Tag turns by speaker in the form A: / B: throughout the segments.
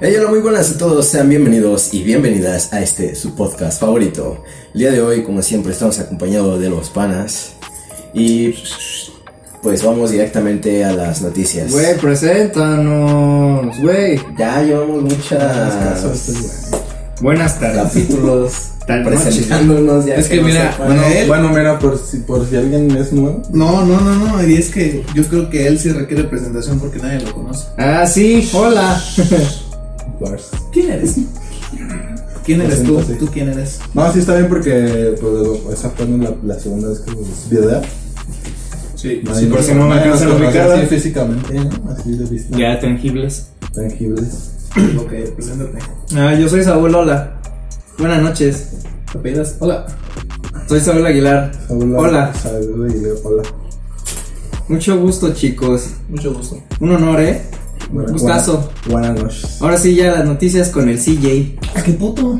A: Hey, hola, muy buenas a todos, sean bienvenidos y bienvenidas a este su podcast favorito. El día de hoy, como siempre, estamos acompañados de los panas y pues vamos directamente a las noticias.
B: Güey, preséntanos, güey.
A: Ya llevamos muchas
C: este pues,
B: Buenas tardes.
A: capítulos
B: Tal noche.
A: presentándonos ya
C: Es que
A: no
C: mira,
A: sepan.
C: bueno,
D: Él-
C: bueno, mira, por si, por si alguien es nuevo.
D: No, no, no, no. Y es que yo creo que él sí requiere presentación porque nadie lo conoce.
B: Ah, sí, hola.
C: pues,
D: ¿Quién eres? ¿Quién eres tú?
C: Preséntate.
D: ¿Tú quién eres?
C: No, sí está bien porque pues, esa fue la, la segunda vez que nos ¿verdad?
D: Sí.
C: Nadie
B: por
C: nos-
B: si no me
C: nadie nos
B: alcanzan a
C: conoce
B: ubicar.
C: así físicamente, ¿no? Así de vista.
E: Ya tangibles.
C: Tangibles.
D: Ok, preséntate.
E: Ah, yo soy Saúl, hola. Buenas noches.
D: ¿Te apellidas? Hola.
E: Soy Saúl Aguilar.
C: Saúl,
E: Hola.
C: Saúl y Leo, hola.
E: Mucho gusto, chicos.
D: Mucho gusto.
E: Un honor, ¿eh?
C: Bueno,
E: Gustazo. Ah.
C: Buenas buenas noches.
E: Ahora sí, ya las noticias con el CJ.
D: ¿A Ah, qué puto?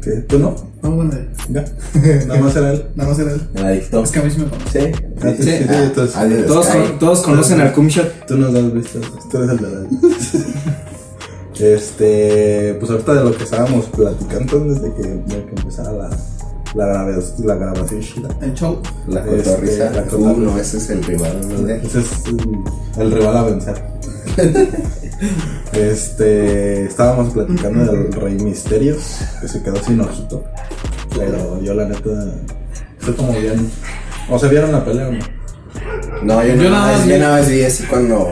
C: ¿Qué? ¿Tú no?
D: No, bueno,
C: Ya. Nada más era él.
D: nada más era él.
A: Me la dictó.
D: Es que a mí sí me
A: Sí.
D: conoce.
C: Sí, sí, sí,
A: Ah,
C: entonces,
D: Pues
A: adiós,
E: Todos,
A: Sky.
E: con- todos conocen al Kumshot.
C: Tú nos das vistas, tú eres el de las Este, pues ahorita de lo que estábamos platicando antes de que, de que empezara la, la, grabación- la grabación chida.
D: El show.
A: La
C: Este,
A: cotorrisa
C: la
A: Uh,
C: cotorrisa.
A: no, ese es el rival. ¿no?
C: Ese Pues es mm, el rival a vencer. Este, estábamos platicando del Rey Misterios, que se quedó sin ojito. Pero yo, la neta, fue como bien. O se vieron la pelea, o ¿no?
A: No, yo, nada
D: Yo nada
A: más,
D: más
A: yo
D: vi-
A: nada más vi ese cuando.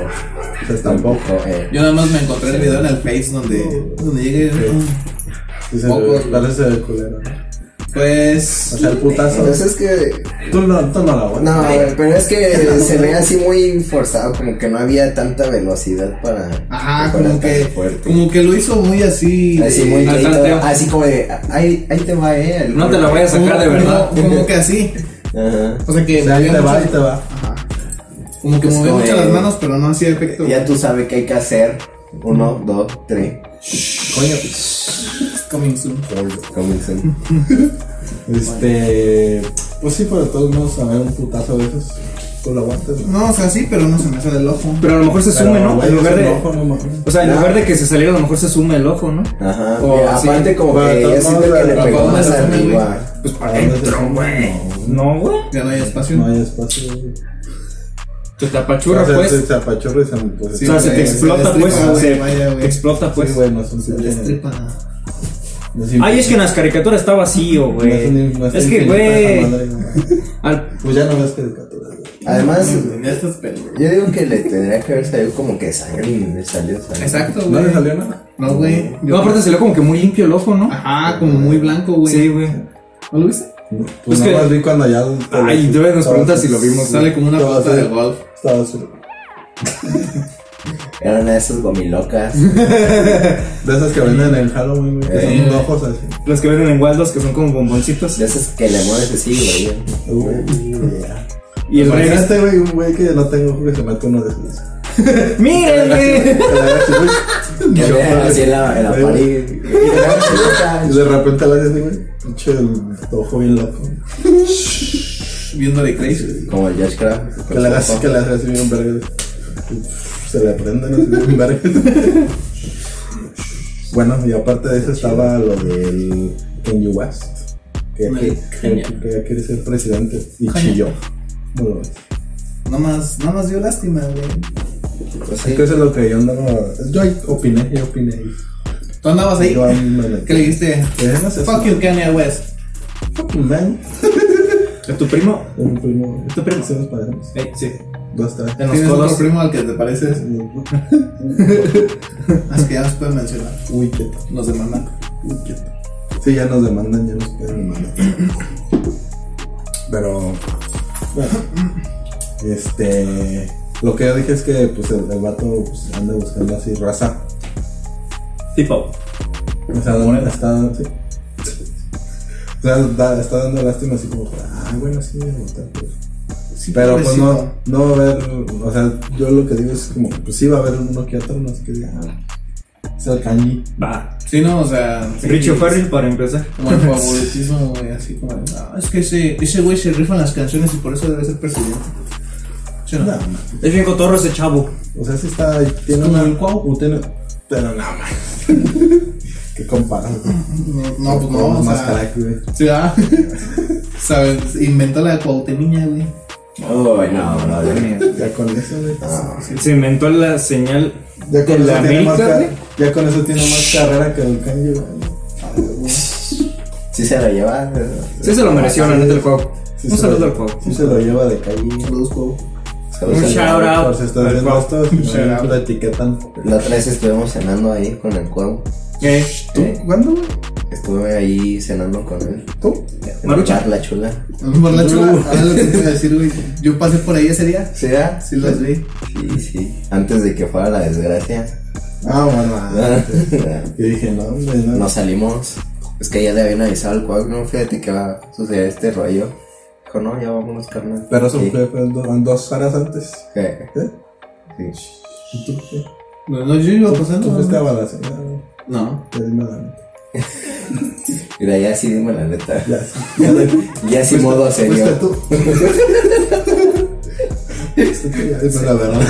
C: Se tampoco.
A: eh,
D: Yo nada más me encontré el video en el Face donde, donde llegué.
C: Sí, se
D: Pocos, ¿no?
C: parece de culero, ¿no? O
D: Pues.
C: sea, el putazo.
A: Pues es que.
C: Tú no, tú no la aguantas.
A: No, pero es que se ve así muy forzado, como que no había tanta velocidad para. para
D: Ajá, como
A: tan
D: que.
A: fuerte.
D: Como que lo hizo muy así. de-
A: Así muy
E: Al
A: lento,
E: tanteo.
A: así como de. Ahí, ahí te va, eh. el
E: No te la
A: golpe.
E: vayas a sacar de
D: como-
E: verdad.
D: Como, como que así.
A: Ajá.
D: O sea que.
C: O sea, ahí
D: movió
C: te va,
D: mucho-
C: ahí te va.
D: Ajá. Como que
A: Es
D: movió
A: como
D: mucho
A: de-
D: las manos, pero no hacía efecto.
A: Ya tú sabes qué hay que hacer. Uno, dos, tres.
C: Coño.
D: It's coming soon.
A: Comenzan.
C: Este. Pues sí, pero de todos modos, a ver un putazo de esos. Tú lo aguantas, ¿no?
D: No, o sea, sí, pero no se me sale el ojo.
E: Pero a lo mejor se
C: Pero,
E: sume, ¿no?
C: güey,
E: En
C: es
E: lugar
C: un
E: de. Pues,
C: ojo, no mames.
E: O sea, en
A: Ah.
E: lugar de que se saliera, a lo mejor se sume el ojo, ¿no?
A: Ajá.
E: O
A: Mira,
E: así.
A: aparte, como
C: Bueno, de
A: que
C: todos
A: yo siento
C: modos,
A: que le
C: la- la
A: pegó
D: palabra
A: más
D: se sume, güey.
A: arriba.
E: Pues para
C: ¿A dónde se
E: adentro,
C: sume?
E: güey.
C: No.
E: No, güey.
D: Ya no hay espacio.
C: No hay espacio. güey.
E: Tu tapachurra,
C: O sea,
E: pues.
C: Se, se apachurra y se me pues,
D: Sí,
E: o sea, se
D: güey,
E: te explota,
D: se
E: pues.
D: destripa,
E: se
D: güey, vaya, güey.
E: explota, pues.
C: Sí, güey, no es un simple-
D: Destripa.
C: no es un-
E: Ay, es que en las caricaturas está vacío,
C: no es
E: güey.
C: un- no
E: es que,
C: infinito
E: güey.
C: esa madre, güey.
E: al-
C: Pues ya no ves caricaturas, güey.
A: Además,
D: Ya estás peludo.
A: yo digo que le tendría que haber salido como que sangre y le salió sangre.
D: Exacto,
C: ¿No
D: güey.
C: le salió nada?
D: No, güey.
E: No, aparte se le como que muy limpio el ojo, ¿no?
D: Ajá, como muy blanco, Ah, güey.
E: Sí, güey.
D: ¿No lo viste?
E: Es
C: Pues nada
E: que-
C: más vi cuando ya.
E: Ay, tú nos preguntas si lo vimos, güey.
D: Sale como una
C: Todo
D: pelota
C: así.
D: de golf.
C: Estaba azul.
A: Era una de esas gomilocas.
C: De esas que venden en Halloween, güey. Que
D: Eh.
C: son rojos así.
E: Los que venden en Waldos, que son como bomboncitos.
A: De esas que le mueves así, güey.
E: Y el rey.
C: Imagínate, güey, un güey que no tengo ojo que se mete uno de esos.
E: ¡Mírenme!
A: Que
C: Yo,
A: le hagan así en la, en la
C: güey.
A: pared. Y le hagan chuletas.
C: Y de repente la haces, güey. Pinche el ojo bien loco.
D: Viendo de crazy.
A: Como el Josh Craft. con
C: Que le
A: su
C: hagas,
A: ojo.
C: que le hagas así bien verga. Se le prenden así bien verga. Bueno, y aparte de eso estaba lo del Kanye West. Que ya
D: Del
C: quiere-
D: Kanye.
C: que ya quiere ser presidente. Y
D: Kanye.
C: chilló. No lo ves.
D: Nada más, nada más dio lástima, güey.
A: Pues
C: Es
A: sí.
C: que eso es lo que yo andaba. Yo ahí opiné, yo opiné.
D: ¿Tú andabas ahí?
C: Yo ahí me metí.
D: ¿Qué le dijiste?
C: Eh, no sé.
D: Fuck you, Kanye West.
C: Fuck you, man.
E: ¿A tu primo?
C: Es mi este primo.
E: ¿Tu primo?
C: Somos padres.
E: Eh, sí.
C: Dos, tres.
E: En los
D: ¿Tienes otro
E: codos.
D: primo al que te pareces? Así que ya nos pueden mencionar.
C: Uy, qué.
D: Los de mamá.
C: Uy, qué. Sí, ya nos demandan, ya nos pueden demandar. Pero. Bueno. Este. Lo que yo dije es que pues el, el vato pues, anda buscando así raza.
E: Tipo.
C: O sea, da- está dando. sí. O sea, da- está dando lástima así como, ah, bueno, sí, me gusta, pues.
D: Sí,
C: Pero pues no,
D: pobrecito.
C: no va a haber, o sea, yo lo que digo es como, pues sí va a haber uno que otro, no sé qué diga, ah, es el kanji.
E: Va.
D: Sí, no, o sea. sí,
E: Richo Farrell para empezar.
D: Como el favoritismo, güey, así como, de, "Ah, es que ese, ese güey se rifa en las canciones y por eso debe ser presidente. ¿Sí o no?
C: Nada,
E: Es bien cotorro ese chavo.
C: o sea, sí está, tiene
D: como
C: una,
D: el cuau.
C: tiene, Pero nada más. Qué compa.
D: No, no, pues no, o
C: más
D: sea,
C: crack, güey.
D: sí, ah. ¿Sabes? Inventó la Cuauhtemiña, güey.
A: Oh, no, no, de-
C: Ya con eso, güey.
E: Se inventó la señal.
C: Ya con,
E: Ah. ¿En
C: eso
E: la
C: tiene más
E: América,
C: car-
E: güey?
C: ya con eso tiene más carrera que el Kanye, güey.
A: Sí se la lleva. pero-
E: Sí se lo mereció, la neta, el juego.
C: Sí
E: Un
C: se
E: saludo
C: lo-
E: al juego.
C: Sí se lo lleva de calle.
D: Saludos, Cuau.
A: Saludos
E: Un
A: al-
E: shout
C: Por
E: out.
C: si estás
E: al
C: viendo
E: Cuau.
C: esto,
D: Un shout out.
C: lo etiquetan.
A: La otra vez estuvimos cenando ahí con el cuau.
E: Eh,
A: Eh,
C: ¿Cuándo, güey?
A: estuve ahí cenando con él.
C: ¿Tú?
A: En
E: Marucha.
A: el bar La chula.
D: Por la chula, ahora lo que te iba a decir, güey. Yo pasé por ahí ese día.
A: ¿Sí, ah?
D: Sí, las vi.
A: Sí, sí. Antes de que fuera la desgracia.
C: Ah, bueno. Yo dije, no, hombre, no.
A: Nos salimos. Es que ya le habían avisado al cuau, no, fíjate que va a suceder este rollo. Dijo, no, ya vámonos, carnal.
C: Pero eso
A: Sí.
C: fue pues, do- dos horas antes.
A: Eh,
C: ¿Eh?
A: sí.
C: ¿Y tú qué?
D: No, no, yo iba
C: ¿Tú, tú
D: pasando.
C: fuiste a
D: ¿no?
C: balacera, güey.
D: No.
C: Ya dime la neta.
A: Mira, ya sí, dime la neta.
C: Ya, sí. Ya de-
A: Ya sí,
C: fuiste-
A: modo
C: Fuiste
A: serio.
C: tú. Fuiste tú, ya, Esa es la verdad.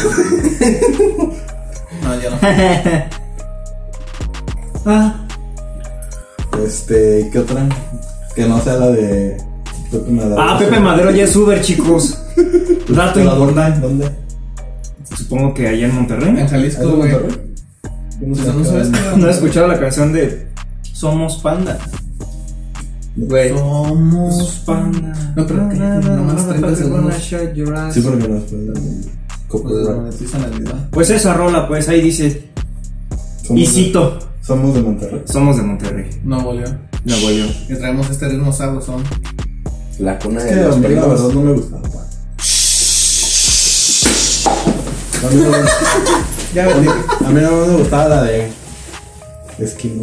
D: No, yo no.
E: Ah,
C: Este, ¿qué otra? Que no sea la de Pepe Madero.
E: Ah, Pepe Madero ya es Uber, chicos. Dato
C: ¿Pero
E: importante.
C: dónde? ¿Dónde?
E: Supongo que allá en Monterrey.
D: En Jalisco, güey.
C: ¿Cómo se
D: Eso no
C: llama?
D: sabes qué.
E: No he escuchado la canción de Somos Panda. Güey.
D: Somos
E: Panda.
D: No, pero que- nomás 30 segundos.
C: Sí, porque nos ponen
D: Pues
C: copyright.
D: monetizan el video.
E: Pues esa rola, pues ahí dice.
C: Somos
E: Y
C: de-
E: cito.
C: Somos de Monterrey.
E: Somos de Monterrey.
D: No volvió.
E: La voy
D: Que traemos este ritmo sabrosón.
A: La cuna
C: Es que
A: de
C: a
A: los
C: mí la verdad
A: primos.
C: no me gustaba. pa. A mí no,
D: Ya, güey.
C: a mí no me gustaba la de Esquimo.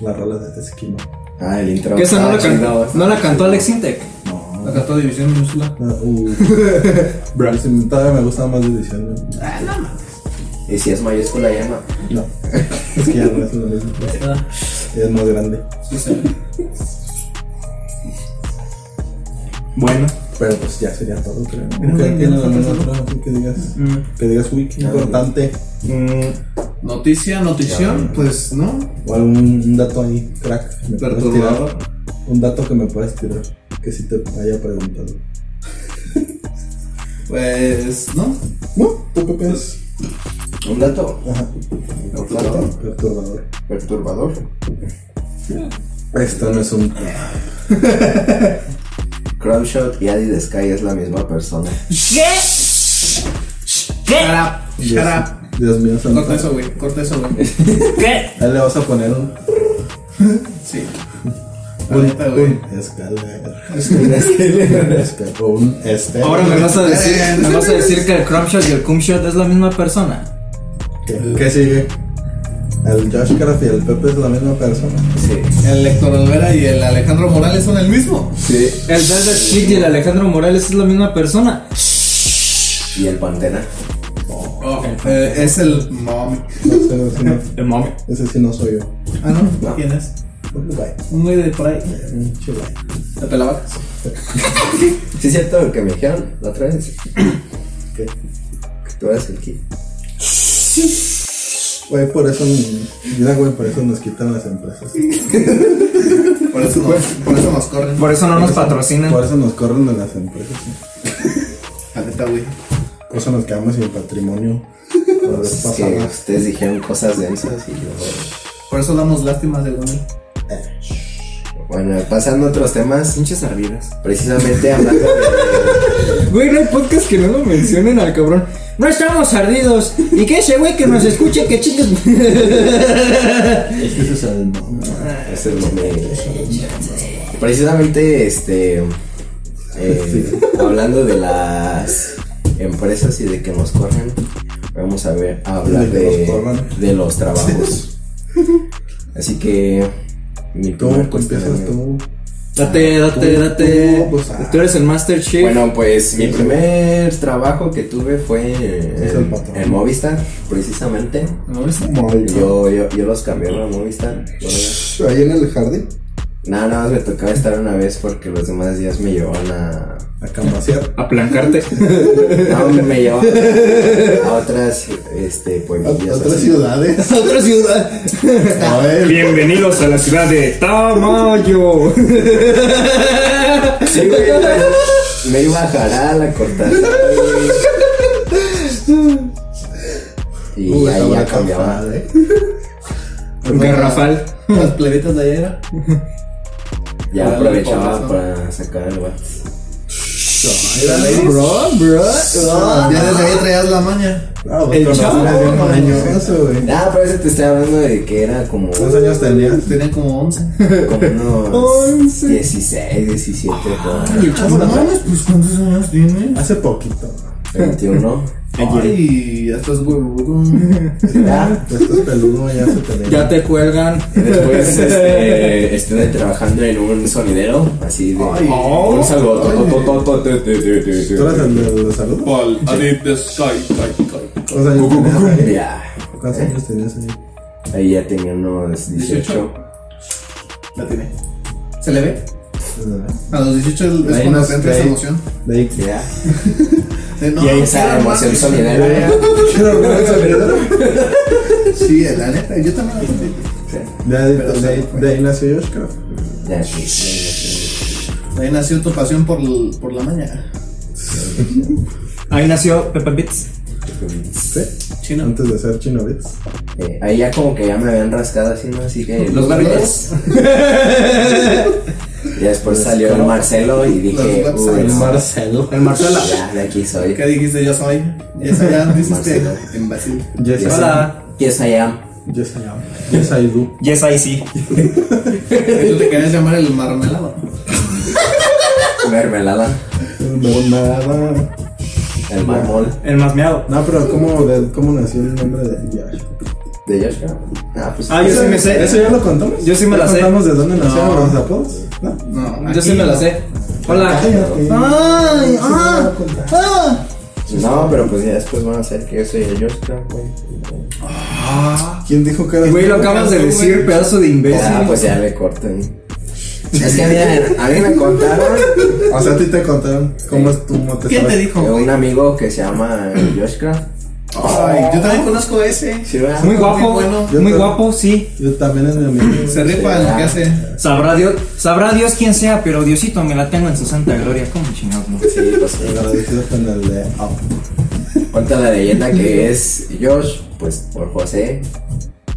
C: La rola de este Esquimo.
A: Ah, el intro.
E: Que esa no
A: Ah,
E: la, can-
A: chingados.
E: no la cantó Alex Intec.
C: No.
D: Acá toda división minúscula.
C: no, uh. Bro, si todavía me gusta más de edición.
A: Y si es mayúscula, ya no.
C: No. Es que ya no es lo mismo. Ya es más grande.
D: Sí, se ve.
E: Bueno.
C: Pero pues ya sería todo, creo.
D: Creo que
C: ¿Qué tiene
D: ya
C: alguna
D: fue todo.
C: otra así que digas? Que digas, uy, qué importante.
E: Mm,
D: Noticia, notición, pues no.
C: O algún un dato ahí, crack. que me puedas
D: Perturbador.
C: tirar. Un dato que me puedas tirar. Que si te haya preguntado.
D: Pues no.
C: ¿No? ¿Tú qué piensas?
A: Un dato.
C: Ajá.
A: Perturbador.
C: Perturbador.
A: Perturbador.
C: Esto no es un.
A: Crowdshot y Adi the Sky es la misma persona.
D: Shut up. Shut
C: Dios,
D: up.
C: Dios mío, santo.
D: Corta eso, güey. Corta eso, güey.
C: Ahí le vas a poner un.
D: Sí. La
C: Un.
D: neta, güey.
C: un escala. Escala. O un este.
E: Ahora me vas a decir, me vas a decir que el crumb shot y el cum shot es la misma persona.
C: ¿Qué- ¿Qué sigue? El Josh Craft y el Pepe es la misma persona.
A: Sí.
D: El Héctor Olvera y el Alejandro Morales son el mismo.
A: Sí.
E: El Velvet Chick y el Alejandro Morales es la misma persona.
A: Y el Pantera.
D: Oh, eh, es el mommy.
C: Ese, ese no-
E: El mami.
C: ese sí no soy yo.
D: Ah, no. ¿Quién es?
C: Bye.
D: Un güey de por ahí.
C: Un chile.
D: De pelabacas.
A: Sí, es cierto lo que me dijeron la otra vez.
C: ¿Qué?
A: Que tú eres el kid.
C: Güey, por eso, mira, güey, por eso nos quitan las empresas.
D: Por eso nos, por eso nos corren.
E: Por eso no nos patrocinan.
C: Por eso nos corren de las empresas. ¿sí?
D: La neta, güey.
C: Por eso nos quedamos sin patrimonio. Por haber
A: Es que
C: pasado.
A: ustedes dijeron cosas densas y yo.
D: Por eso damos lástima de güey.
C: Eh.
A: Bueno, pasando a otros temas,
E: Pinches arbidas.
A: precisamente hablando de.
E: Güey, no hay podcast que no lo mencionen al cabrón. No estamos ardidos. Y que ese güey que nos escuche, que chingues.
C: Es que ese es el nombre.
A: Es el momento. Precisamente, este. eh, hablando de las empresas y de que nos corren, vamos a ver, a hablar
C: De
A: de,
C: que nos corran.
A: de los trabajos. Así que. Mi
C: Tú pues,
A: primer
C: empiezas
A: cuestionamiento-
C: tú.
E: Date, date, date. Tú eres el Master Chief.
A: Bueno, pues mi primer trabajo que tuve fue
C: Es el
A: en,
C: patrón.
A: en Movistar, precisamente.
D: ¿No viste?
C: Ay,
A: Yo, yo, yo los cambiaba a Movistar.
C: Shh, Ahí en el jardín.
A: Nada, nada más me tocaba estar una vez porque los demás días me llevaban a.
C: A cambasear.
B: A plancarte.
A: No, me llevaban a otras este,
C: A
A: pueblillas.
C: otras
A: así.
C: ciudades.
E: Otra ciudad.
C: A ver.
B: Bienvenidos a la ciudad de Tamayo.
A: Sí, güey, una vez Me iba a jalar a cortar. Y
C: Uh,
A: ahí
C: estaba
A: ya
C: la
A: cambiaba.
C: campanada, ¿eh?
B: Garrafal.
D: Las plebetas de allá era.
A: Ya
D: Órale,
A: aprovechaba
D: poblazo.
A: para sacar el WhatsApp.
C: Ay, dale.
E: Bro, bro.
D: Ya desde ahí traías la maña.
C: Ah, pues, con
B: chavo,
C: razón era bien
B: no,
C: mañoso, güey.
A: Nada, Ah, pero ese te estoy hablando de que era como,
C: ¿Cuántos años tenías?
D: Tenía como 11.
A: como unos
E: Once.
A: 16, 17, por ahí,
D: Y el chavo, no mames, pues ¿cuántos años tienes?
C: Hace poquito.
A: 21.
D: Ay, ya estás huevudo.
A: Ya,
C: Estos peludos Pues, ya se te
E: Ya te cuelgan.
A: después este, estuve trabajando en un sonidero, así de un saludo. to- to- to- to- to- to- to- to-
C: ¿Tú eras el de los saludos? ¿Cuántos años tenías
A: to-
C: ahí?
A: Ya,
C: ¿Cuántos años tenías ahí?
A: ahí ya tenía unos 18.
D: La tiene. ¿Se le ve? A los 18 es
C: Ahí
D: cuando
C: nos
D: te entra esa
C: ve.
D: emoción.
C: De ahí.
A: Ya,
D: De, no,
A: y ahí
D: no,
A: esa
D: no,
A: emoción
D: mames.
A: sonidera.
C: Quiero hablar de sonido.
D: Sí, la neta, yo también.
C: De ahí- de ahí- de ahí nació Yoshcraft.
A: Ya, sí, sí,
D: Ahí nació tu pasión por, l- por la maña.
E: Ahí nació Peppa Beats.
A: sí.
C: ¿Sí?
D: Chino.
C: Antes de ser Chino Beats.
A: Eh, Ahí ya como que ya me habían rascado así, ¿no? Así que...
E: Los barriles.
A: Y después salió el Marcelo y dije,
D: Los
A: uy,
D: websites.
A: no,
C: Marcelo.
E: El Marcela.
A: ya, de aquí soy.
D: ¿Qué dijiste? Yo soy. Esa ya dijiste
A: Marcelo.
D: en Brasil.
C: Yes,
A: Yes,
C: I-
E: Hola.
A: I- Yes, I am.
C: Yes, I am. Yes, I do.
E: Yes, I see.
D: ¿Tú te querías llamar el marmelado?
A: Mermelada,
C: Mermelada.
A: el mármol
E: El más meado.
C: No, pero ¿cómo, de- cómo nació el nombre de Yosh?
A: de Joshua. Ah, pues.
E: Ah, yo sí me sé.
C: ¿Eso ya lo contamos?
E: Yo sí me
C: ¿Ya
E: la sé.
C: contamos de dónde nacieron
D: No.
C: los apodos? No.
D: No,
E: Yo sí
D: aquí
E: me la
D: no.
E: sé. Hola.
C: Cállate.
E: Ay,
C: Eso no lo
E: ah,
C: voy a contar.
E: ah.
A: No, pero pues ya después van a ser que yo soy el Joshua, güey.
C: ¿Quién dijo que era
E: Güey, lo acabas de decir, pedazo de imbécil.
A: Ah, pues ya le corten. Es que a mí, a mí me contaron
C: O sea, a ti te contaron cómo es tu mote.
D: ¿Quién te
C: ¿sabes?
A: de
D: dijo?
A: un amigo que se llama Joshua.
D: Ay, yo también conozco ese.
A: Sí, ¿verdad?
E: Muy
D: Muy
E: guapo,
D: bueno.
C: Yo
E: muy
C: te-
E: guapo, sí.
C: Yo también es mi amigo.
D: Se rifa en lo que hace.
E: Sabrá Dios, sabrá Dios quién sea, pero Diosito me la tengo en su santa gloria. ¿Cómo chingados, no?
A: Sí, pues sí.
C: Agradecido con el de Up.
A: Cuenta la leyenda que es Josh, pues por José.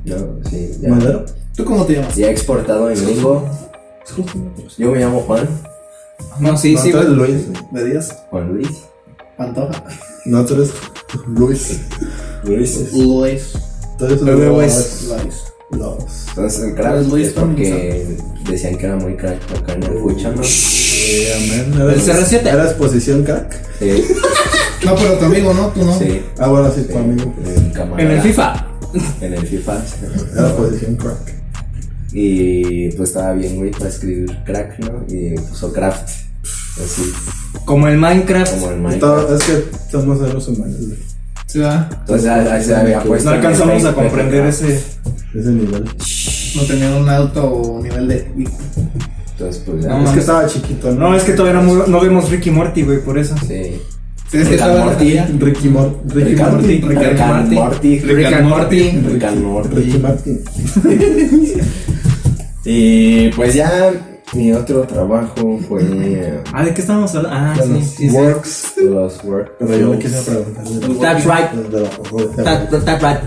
A: No, sí. ya.
C: ¿Madero?
D: ¿Tú cómo te llamas?
A: Ya exportado en gringo. Yo me llamo Juan,
E: No, sí,
C: no,
E: sí,
C: tú eres
E: güey.
C: Luis.
D: ¿De Díaz?
A: Juan Luis.
D: Pantoja.
C: No, tú eres Luis.
A: Luis.
D: Luis.
C: Tú eres
E: Luis.
D: Luis.
C: Los.
A: Entonces el crack
D: Luis Luis
A: es porque decían que era muy crack acá en el fucha, ¿no?
C: Sí, amén. Eres-
E: El CR7.
C: Eras posición crack.
A: Sí,
D: No, pero tu amigo, ¿no? Tú no.
A: sí.
C: Ah, bueno, sí, tu amigo.
A: En, camarada,
E: En el FIFA.
A: En el FIFA. sí.
C: Era posición crack.
A: Y pues estaba bien, güey, para escribir crack, ¿no? Y puso craft. Así,
E: Como el Minecraft.
A: como el Minecraft.
C: Estaba- Es que somos seres humanos. güey.
D: Sí, va.
A: Entonces ahí se había puesto.
E: No alcanzamos a
A: Minecraft,
E: comprender
A: crack.
E: ese.
C: Ese nivel.
D: No tenía un alto nivel de.
A: Entonces, pues ya.
E: No,
C: Es que estaba chiquito, ¿no?
E: No, es que todavía no, mu- no vemos Ricky Morty, güey, por eso.
A: Sí.
D: Sí, es
A: Rick
D: que
A: and
D: estaba
A: Morty.
D: allá.
C: Ricky Mor- Ricky
A: Rick and
C: Martin.
A: Morty. Rick and Morty.
E: Rick and Morty.
A: Rick and Morty.
C: Ricky Martin.
A: Y pues ya mi otro trabajo fue eh,
E: Ah, ¿de qué estábamos hablando? Ah,
C: Bueno,
E: sí, sí, sí.
C: Works.
A: los work.
C: Pero yo le quise preguntar.
E: That's right.
C: De la-
E: Ta- ta- ta- ta.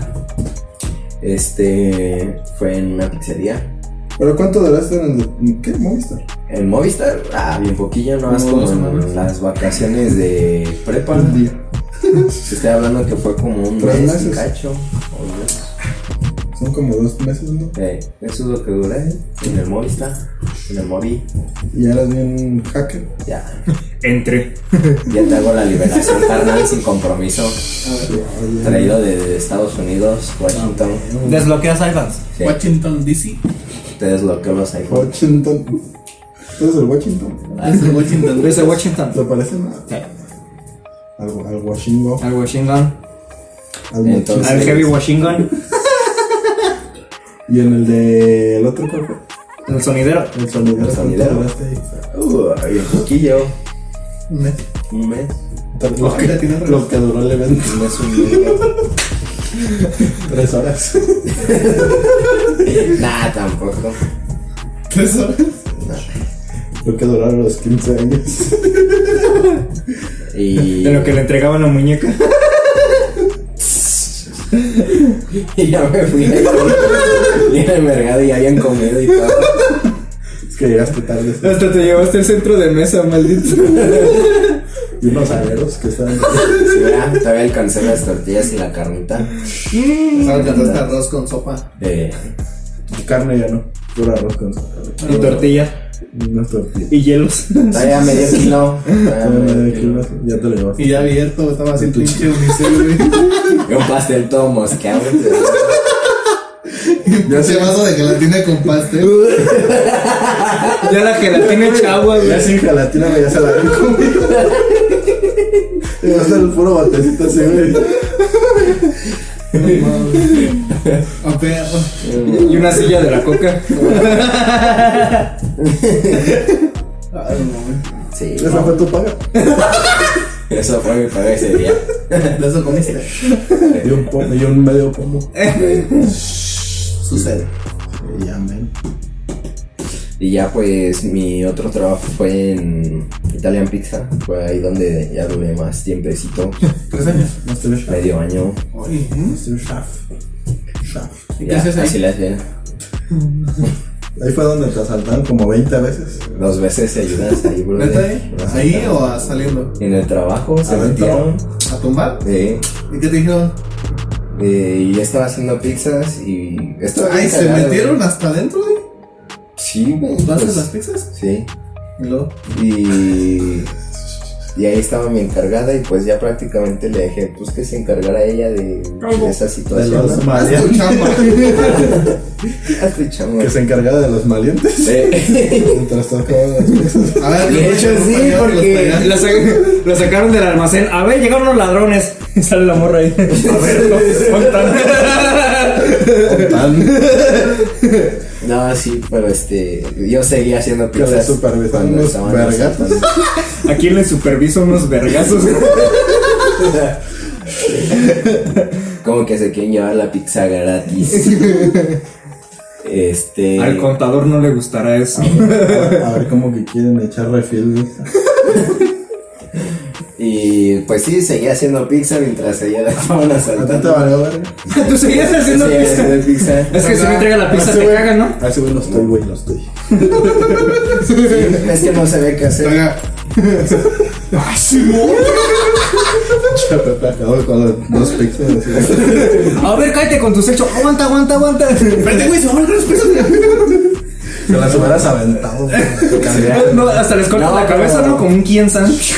A: Este fue en una pizzería.
C: ¿Pero cuánto duraste en el- en qué? ¿Movistar?
A: En Movistar, ah, bien poquillo, no más como
D: Como dos semanas.
A: en las vacaciones de
E: Ah.
A: prepa.
C: Un día.
A: Estoy hablando que fue como un
C: Tres
A: mes y
C: meses.
A: cacho. o menos.
C: Son como dos meses, ¿no?
A: Eh, eso es lo que duré en el Movistar, en el Movi.
C: Y eras bien hacker.
A: Ya,
E: Entre.
A: ya te hago la liberación carnal sin compromiso. Traído de, de Estados Unidos, Washington.
E: Desbloqueas iPads.
A: Sí,
D: Washington DC.
A: te desbloqueo los iPhones.
C: Washington. ¿Tú eres el Washington?
D: Ah, es el Washington
E: Desde
D: DC.
E: Washington.
C: ¿Te parece más? Al, al Washington.
E: Al Washington.
C: Al
A: Entonces-
C: Washington.
E: Al Heavy Washington.
C: Y en el de. ¿El otro cuerpo?
E: El sonidero.
C: El sonido.
A: El sonidero. Uh, y el coquillo.
D: Un mes.
A: Un mes.
C: Lo que, lo que duró el evento.
A: Un mes, un
C: Tres horas.
A: mes. nah, tampoco.
D: ¿Tres horas?
C: Lo que duraron los 15 años.
A: Y,
E: De lo que le entregaban la muñeca.
A: y ya me fui. y en el mercado y ya habían comido y todo.
C: Es que llegaste tarde.
E: Hasta te llevaste el centro de mesa, maldito.
C: Y unos aleros que estaban.
A: Sí, ya, todavía alcancé las tortillas y la carnita.
D: Estaba alcanzaste arroz con sopa.
A: Eh,
C: Carne ya no. Puro arroz con sal.
E: Y tortilla.
C: Unas tortillas.
E: Y hielos.
A: todavía medio kilo. Todavía
C: Ah,
A: medio
C: ¿qué
A: kilo.
C: más? Ya te lo llevaste.
D: Y ya abierto, estaba así el pinche unicel, güey.
A: Y un pastel todo mosqueado.
D: Ya se vaso de gelatina con pastel.
E: Ya la gelatina hecha agua,
C: Ya
E: güey.
C: sin gelatina, güey, ya se la habían comido. Y va a ser el puro batecito así, güey.
D: No mames. A perro.
E: Y una silla de la coca.
D: Ay, no mames.
A: Sí,
C: Esa fue tu paga.
A: eso fue mi pago ese día.
D: ¿De eso comiste?
C: Y un, pomo, y un medio pomo.
D: Sucede.
C: Y ya, men.
A: Y ya pues mi otro trabajo fue en Italian Pizza. Fue ahí donde ya duré más tiempecito,
D: ¿Tres años?
C: Masterchef.
A: medio año.
D: Oye, ¿eh?
C: Masterchef. Chef.
A: Y
D: qué
A: ya,
D: haces ahí?
A: así las ven.
C: Ahí fue donde te asaltaron como 20 veces.
A: Dos veces se ayudas ahí, bro.
D: ¿Neta ahí? ¿Ahí Ah, o a saliendo?
A: En el trabajo se
C: ¿Adentro?
A: metieron.
D: ¿A tumbar?
A: eh,
D: ¿Y qué te dijeron?
A: eh, y yo estaba haciendo pizzas y... estaba
D: Ay,
A: bien
D: ¿se
A: cagado,
D: metieron
A: güey.
D: hasta adentro, güey?
A: Sí, güey.
D: ¿Tú haces
A: pues,
D: las pizzas?
A: Sí.
D: Y luego.
A: Y, y ahí estaba mi encargada y pues ya prácticamente le dejé pues que se encargara ella de, de esa
C: De
A: situación.
C: los
A: ¿no?
D: Haz tu
C: maleantes.
D: chamba.
A: Haz tu chamba.
C: Que se encargaba de los maleantes.
A: Sí.
C: Mientras tocaban las pizzas.
D: A ver,
A: De hecho,
E: Pues
A: sí,
D: compañeros, los
A: porque
D: pegan.
E: La, sac- la sacaron del almacén. A ver, llegaron los ladrones. Y sale la morra ahí. A ver, no, contan.
A: No, sí, pero este, yo seguía haciendo
C: Que le
A: pizzas.
C: supervisaban
A: cuando
C: los
A: estaban
C: vergatas.
A: los-
E: ¿A quién le superviso unos vergazos?
A: Como que se quieren llevar la pizza gratis. Este.
E: Al contador no le gustará eso.
C: A ver, como que quieren echar refil. güey.
A: Y pues sí, seguía haciendo pizza mientras ella la estaban
C: ¿A ti te
A: asaltando.
C: valió, verga?
E: Ah, Tú seguías haciendo
A: Seguía
E: pizza.
A: haciendo pizza.
E: Es que si me entrega la pizza te cagan, ¿no?
C: A ese güey no estoy, güey, no estoy.
A: Es que no sabía qué hacer.
D: Oiga,
C: Chape, te acabo con los dos pixels. así.
E: A ver, cállate con tus hechos. Aguanta, aguanta, aguanta.
D: Espérate, güey, se van los pesos.
C: Que las hubieras aventado. güey.
E: No, hasta les cortas
A: No,
E: la cabeza,
A: pero-
E: ¿no? Como un quién san.
A: Y sí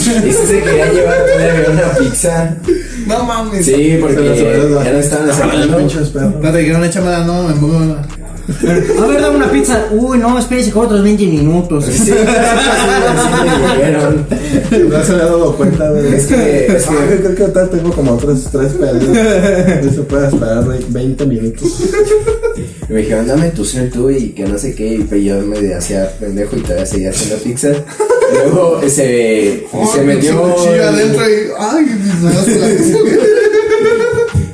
A: se quería llevar todavía una pizza.
D: No mames.
A: Sí,
C: Se las
A: porque
C: hubieras-
A: ya lo estaban
C: Ay,
A: asaltando.
C: pinches perros.
D: No te dijeron, échame la no, me pongo la.
E: A ver, dame una pizza. Uy, no, espérese con otros 20 minutos.
A: Sí, así me dijeron.
C: No se había dado cuenta, güey.
A: Es que- es que-
C: Ah, yo creo que ahorita tengo como otros tres pedos. Eso puede esperar güey, 20 minutos.
A: Y me dijeron, dame tu cel tú y que no sé qué. Y pues yo me hacía pendejo y todavía seguía haciendo pizza. Luego eh, se, se metió.
D: Cuchillo adentro y. Ay, me gasté la pizza, güey.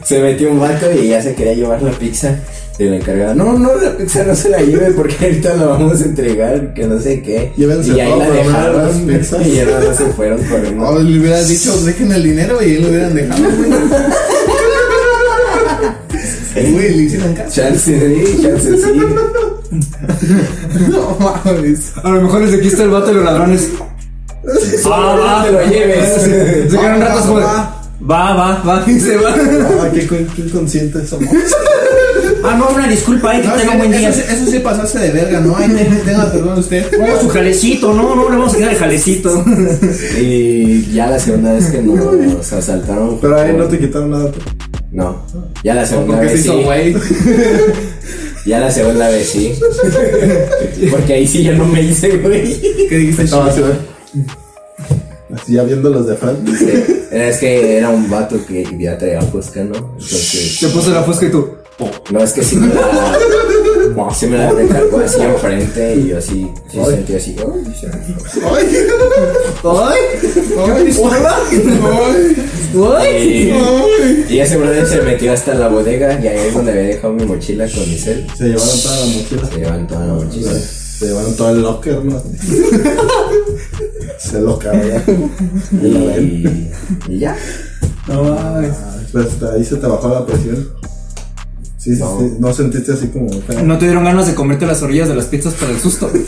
A: Se metió un vato y ya se quería llevar la pizza. Y la encargada, no, no, la pizza no se la lleve porque ahorita la vamos a entregar, que no sé qué.
C: Llévense
A: y ahí
C: todo,
A: la
C: pero no las
A: dejaron
C: pizzas.
A: y ya nada más se fueron corriendo.
D: O le hubieras dicho, dejen el dinero y él lo hubieran dejado, güey. Güey, le hicieron caso.
A: Chance sí, chance sí.
D: No mames.
E: A lo mejor les aquí está el vato de los ladrones. Ah, va.
A: te lo lleves.
E: Se quedaron ratos como. de, Va, va, va. Y se va.
C: Ah, qué, con- qué conscientes somos.
E: Ah, no, una disculpa, eh, que
D: No,
E: tenga
D: sí,
E: un buen
D: eso,
E: día.
D: sí- eso sí pasarse de verga, ¿no? Ay, te- tenga perdón usted.
E: Pongo su jalecito, no, no, le vamos a quedar el jalecito.
A: Y ya la segunda vez que nos asaltaron.
C: Pero ahí no te quitaron nada. tú.
A: No, ya la segunda
D: ¿Con qué se
A: vez
D: hizo,
A: sí.
D: güey?
A: Ya la segunda vez sí. Porque ahí sí yo no me hice, güey.
D: ¿Qué dijiste,
C: No,
D: chico?
C: así, güey. Así ya viéndolos de frente.
A: Es que era un vato que ya traía fosca, ¿no? Entonces.
E: Te puso la fosca y tú.
A: No, es que sí me la. Se me la calcó así enfrente y yo así, sí sentí así. "Ay, sí".
D: ¿Qué pistola?
A: Y, y ese brother se metió hasta la bodega y ahí es donde había dejado mi mochila con mi cel.
C: Se llevaron toda la mochila.
A: Se llevan toda la mochila.
C: Se llevaron todo el locker, ¿no? Se lo cargaron. Y lo ven.
A: Y, y ya.
D: No mames.
C: Ah, Pero hasta ahí se te bajó la presión. Sí, sí, sí. No sentiste así como.
E: No te dieron ganas de comerte las orillas de las pizzas para el susto.
C: Se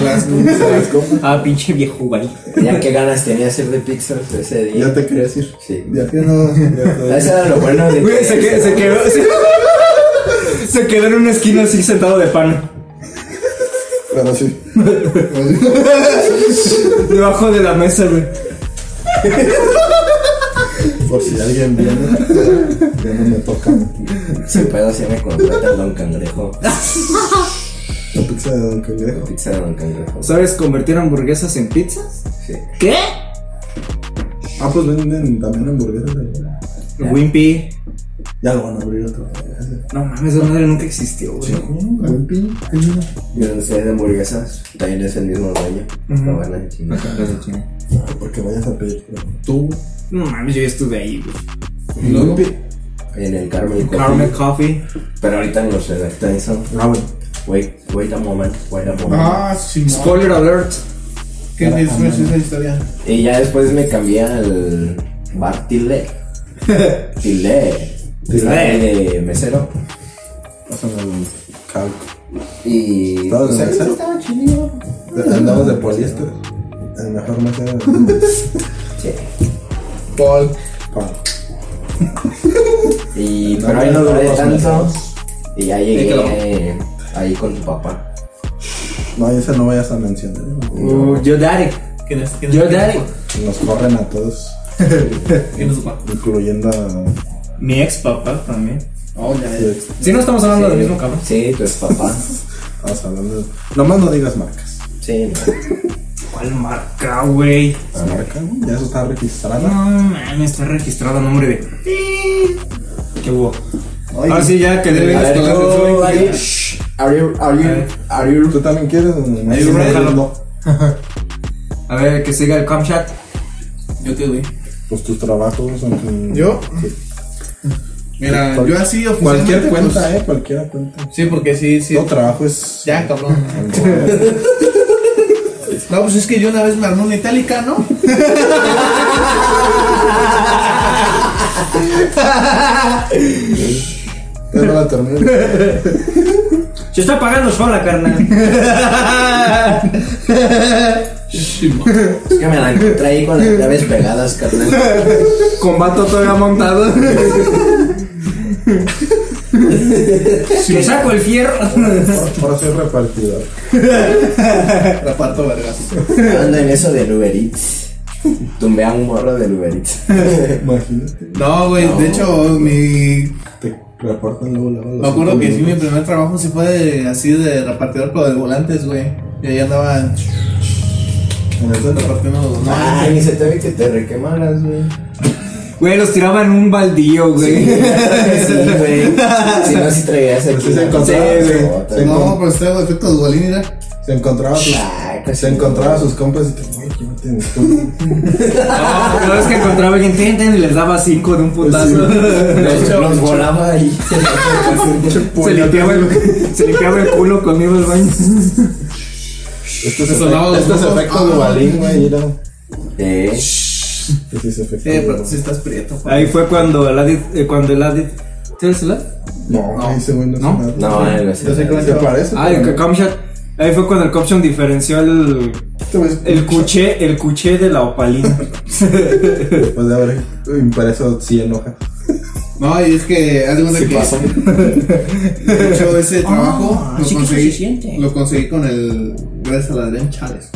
C: las, se las como.
E: ah, pinche viejo, güey.
A: Ya qué ganas tenía hacer de Pixels ese
C: Ya
A: día.
C: te querías ir.
A: Sí.
C: Ya que no. ya todo.
A: Eso era lo bueno de
E: Güey, se, que- se quedó. Se, se quedó en una esquina así sentado de pan.
C: Pero sí.
E: Debajo de la mesa, güey.
C: Por si alguien viene, ya no me toca.
A: Sin pedo se me contrata Don Cangrejo.
C: La pizza de Don Cangrejo.
A: Pizza de Don Cangrejo.
E: ¿Sabes convertir hamburguesas en pizzas?
A: Sí.
E: ¿Qué?
C: Ah, pues venden también hamburguesas. ahí.
E: Wimpy.
C: Ya lo van a abrir otra vez. "Mm,
E: No mames, esa madre nunca existió, güey.
C: Buen pin, qué lindo.
A: Yo no sé de hamburguesas. También es el mismo dueño. No van a chingar.
C: Ah, Porque vayas a pedir tú.
E: No mames, yo ya estuve ahí, güey.
C: Buen pin.
A: En el Carmel Coffee.
E: Carmel Coffee.
A: Pero ahorita nos redactan eso.
C: Ah, bueno.
A: Wait, wait a moment, wait a moment.
D: Ah, sí,
E: Spoiler alert.
D: ¿Qué es esa historia?
A: Y ya después me cambié al bar Tile. Tile. Estaba ahí de mesero.
C: Pásame el calco.
A: Y.
C: ¿Estabas de
A: pues, ahí
C: mesero?
A: estaba chido.
C: Andabas de poliéster. A lo mejor más era.
A: Sí.
D: Paul.
C: Pa.
A: Y,
C: No,
A: pero ahí no
C: no,
A: duré
C: no,
A: tanto.
C: no.
A: Y ya llegué ahí con tu papá.
C: No, ese no vayas a mencionar.
E: Uh, yo daddy.
D: ¿Quién es? ¿Quién es?
E: Yo daddy.
C: Nos corren a todos,
D: ¿Quién es su papá?
C: incluyendo a.
E: Mi ex papá también.
D: Oh, ya es.
E: Si no estamos hablando del mismo cabrón.
A: Sí, tu ex papá.
C: Vamos hablando. Nomás no digas marcas.
A: Sí, no.
E: ¿Cuál marca, güey?
C: ¿Es marca? güey? Ya eso está registrado.
E: No mames, está registrado a nombre de. ¿Qué hubo?
C: Ay,
E: ah, sí, ya que debe
A: A ver,
E: con la
A: ¿cómo
E: censura
A: va a ir?
E: incluida.
A: Are you, are you, are you-
C: ¿Tú también quieres?
E: Ahí lo déjalo.
C: No.
E: A ver, que siga el camchat.
D: ¿Yo qué, güey?
C: Pues tus trabajos. aunque-
D: ¿Yo?
C: Sí.
D: Mira,
C: Cual-
D: yo así oficialmente.
C: Cualquier cuenta,
D: pues,
C: eh. Cualquiera cuenta.
D: Sí, porque sí, sí.
C: Todo trabajo es.
D: Ya, cabrón. No, pues es que yo una vez me armé una itálica, ¿no?
C: Yo no la termino.
E: Se está pagando sola, carnal.
A: Es que me la encontré ahí con las llaves pegadas, carnal.
E: Combato todavía montado. Que saco el fierro.
C: Ahora soy repartidor.
D: Reparto vergas.
A: Ando en eso del Uber Eats. Tumbé a un morro del Uber Eats.
C: Imagínate.
D: No, güey, de hecho, mi.
C: Te reportan luego, luego. los
D: Me acuerdo
C: cinco
D: que sí, mi
C: minutos.
D: primer trabajo sí fue de- así de repartidor, pero de volantes, güey. Y ahí andaba
C: En el centro.
D: repartiendo los. No,
A: Ay, ni se te ve que te requemaras, güey.
E: Güey, los tiraba en un baldío, güey.
A: Sí, güey. Si no, si traías aquí.
C: Sí, se
A: la
C: encontraba,
A: bolsa,
C: güey.
A: bota.
C: Se
D: no, pero este güey fue con su bolín, mira.
C: Se encontraba sus.
A: Ah, casi
C: Se
A: no.
C: encontraba a sus compas y que, güey, ¿qué me tienes tú?
E: No, no, es que encontraba alguien ten, ten, y les daba cinco de un putazo.
A: Los, los volaba ahí.
E: Se limpiaba, el, se limpiaba el culo conmigo el baño.
C: Este es
D: sonaba
C: efecto,
D: los
C: este es
D: mocos.
C: efecto Duvalín, güey, mira.
A: Eh,
C: Este es efecto
D: Sí, pero
C: Duvalín.
D: tú sí estás prieto, güey.
E: Ahí fue cuando el Adit, eh, cuando el Adit, ¿sabes el Adit?
C: No,
D: No.
C: ese güey no,
E: No.
C: es nada.
A: no, eh, lo sé.
D: Yo sé que
C: Se parece.
E: Ah, el
C: pero no.
E: Comshot. Ahí fue cuando el Copshot diferenció el,
C: Este güey es-
E: el cuché, el cuché de la opalina.
C: Después de haber impreso 100 hojas.
D: No, y es que haz de cuenta
A: Sí
D: que
A: pasa.
D: de hecho ese trabajo lo,
E: Ah, sí que se
D: conseguí,
E: siente.
D: lo conseguí con el gracias al Adrián Chávez.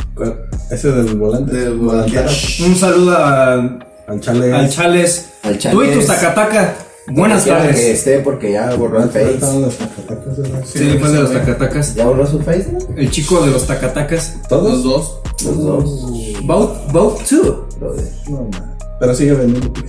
C: Ese del volante.
D: Del volantero.
E: Un saludo a-
C: Al chale.
E: al Chales.
A: Al Chales.
E: Tú y tu Tacataca. Buenas
A: Quiero Que
E: tardes.
A: esté porque ya borró el
C: Ahí
A: Face.
C: estaban los tacatacas, ¿verdad?
E: Sí, el fan de los Tacatacas.
A: ¿Ya borró su Face? no?
E: El chico de los Tacatacas.
D: Los
C: Todos.
D: dos.
A: Los dos.
E: Both, both two.
A: Brother.
C: No, man. Pero sigue vendiendo. pues.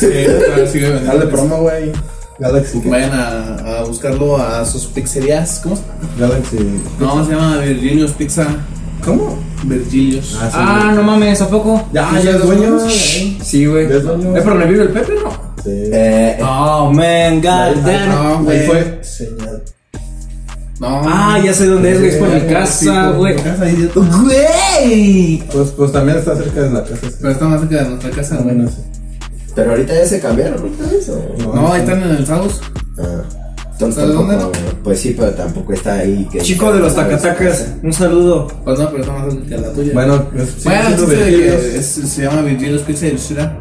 D: Sí, pero sigue vendiendo.
C: Dale promo, güey. Galaxy, ¿qué?
D: Vayan a, a buscarlo a sus pizzerías. ¿Cómo? se-
C: Galaxy.
D: No, se llama Virgilio's Pizza.
C: ¿Cómo?
D: Virgilio's.
C: Ah, sí.
E: Ah, no mames, ¿a poco?
C: Ya,
D: ¿Ya
C: ya es
D: los
C: dueño.
D: conozco?
C: Sí.
E: Sí, güey.
C: ¿Ya es dueño?
E: ¿Es por donde vive el Pepe, no?
A: Eh,
E: Oh, man, god damn.
D: no,
C: Ahí
D: güey.
C: fue. Señal.
D: No.
E: Ah, ya sé dónde es, güey. Es por mi
D: Eh,
C: Sí,
E: casa,
C: sí,
E: güey.
D: Mi casa, idiota.
E: ¡Güey!
C: Pues, pues también está cerca de la casa. sí.
D: Pero está más cerca de nuestra casa,
C: Ah,
D: güey.
C: bueno, sí.
A: pero ahorita ya se cambiaron, ¿no? Eso.
D: No, ahí están en el Saus.
A: Ah, entonces
D: ¿Pero
A: tampoco,
D: dónde
A: pues sí, pero tampoco está ahí. Que
E: Chico de los tacatacas, un saludo.
D: Pues no, pero está más cerca de la tuya.
C: Bueno, pues, sí,
D: bueno,
C: sí,
D: el
C: lo
D: chiste de
C: vendí,
D: que
C: es-
D: es- se llama Virgilio's Pizza y Lucera.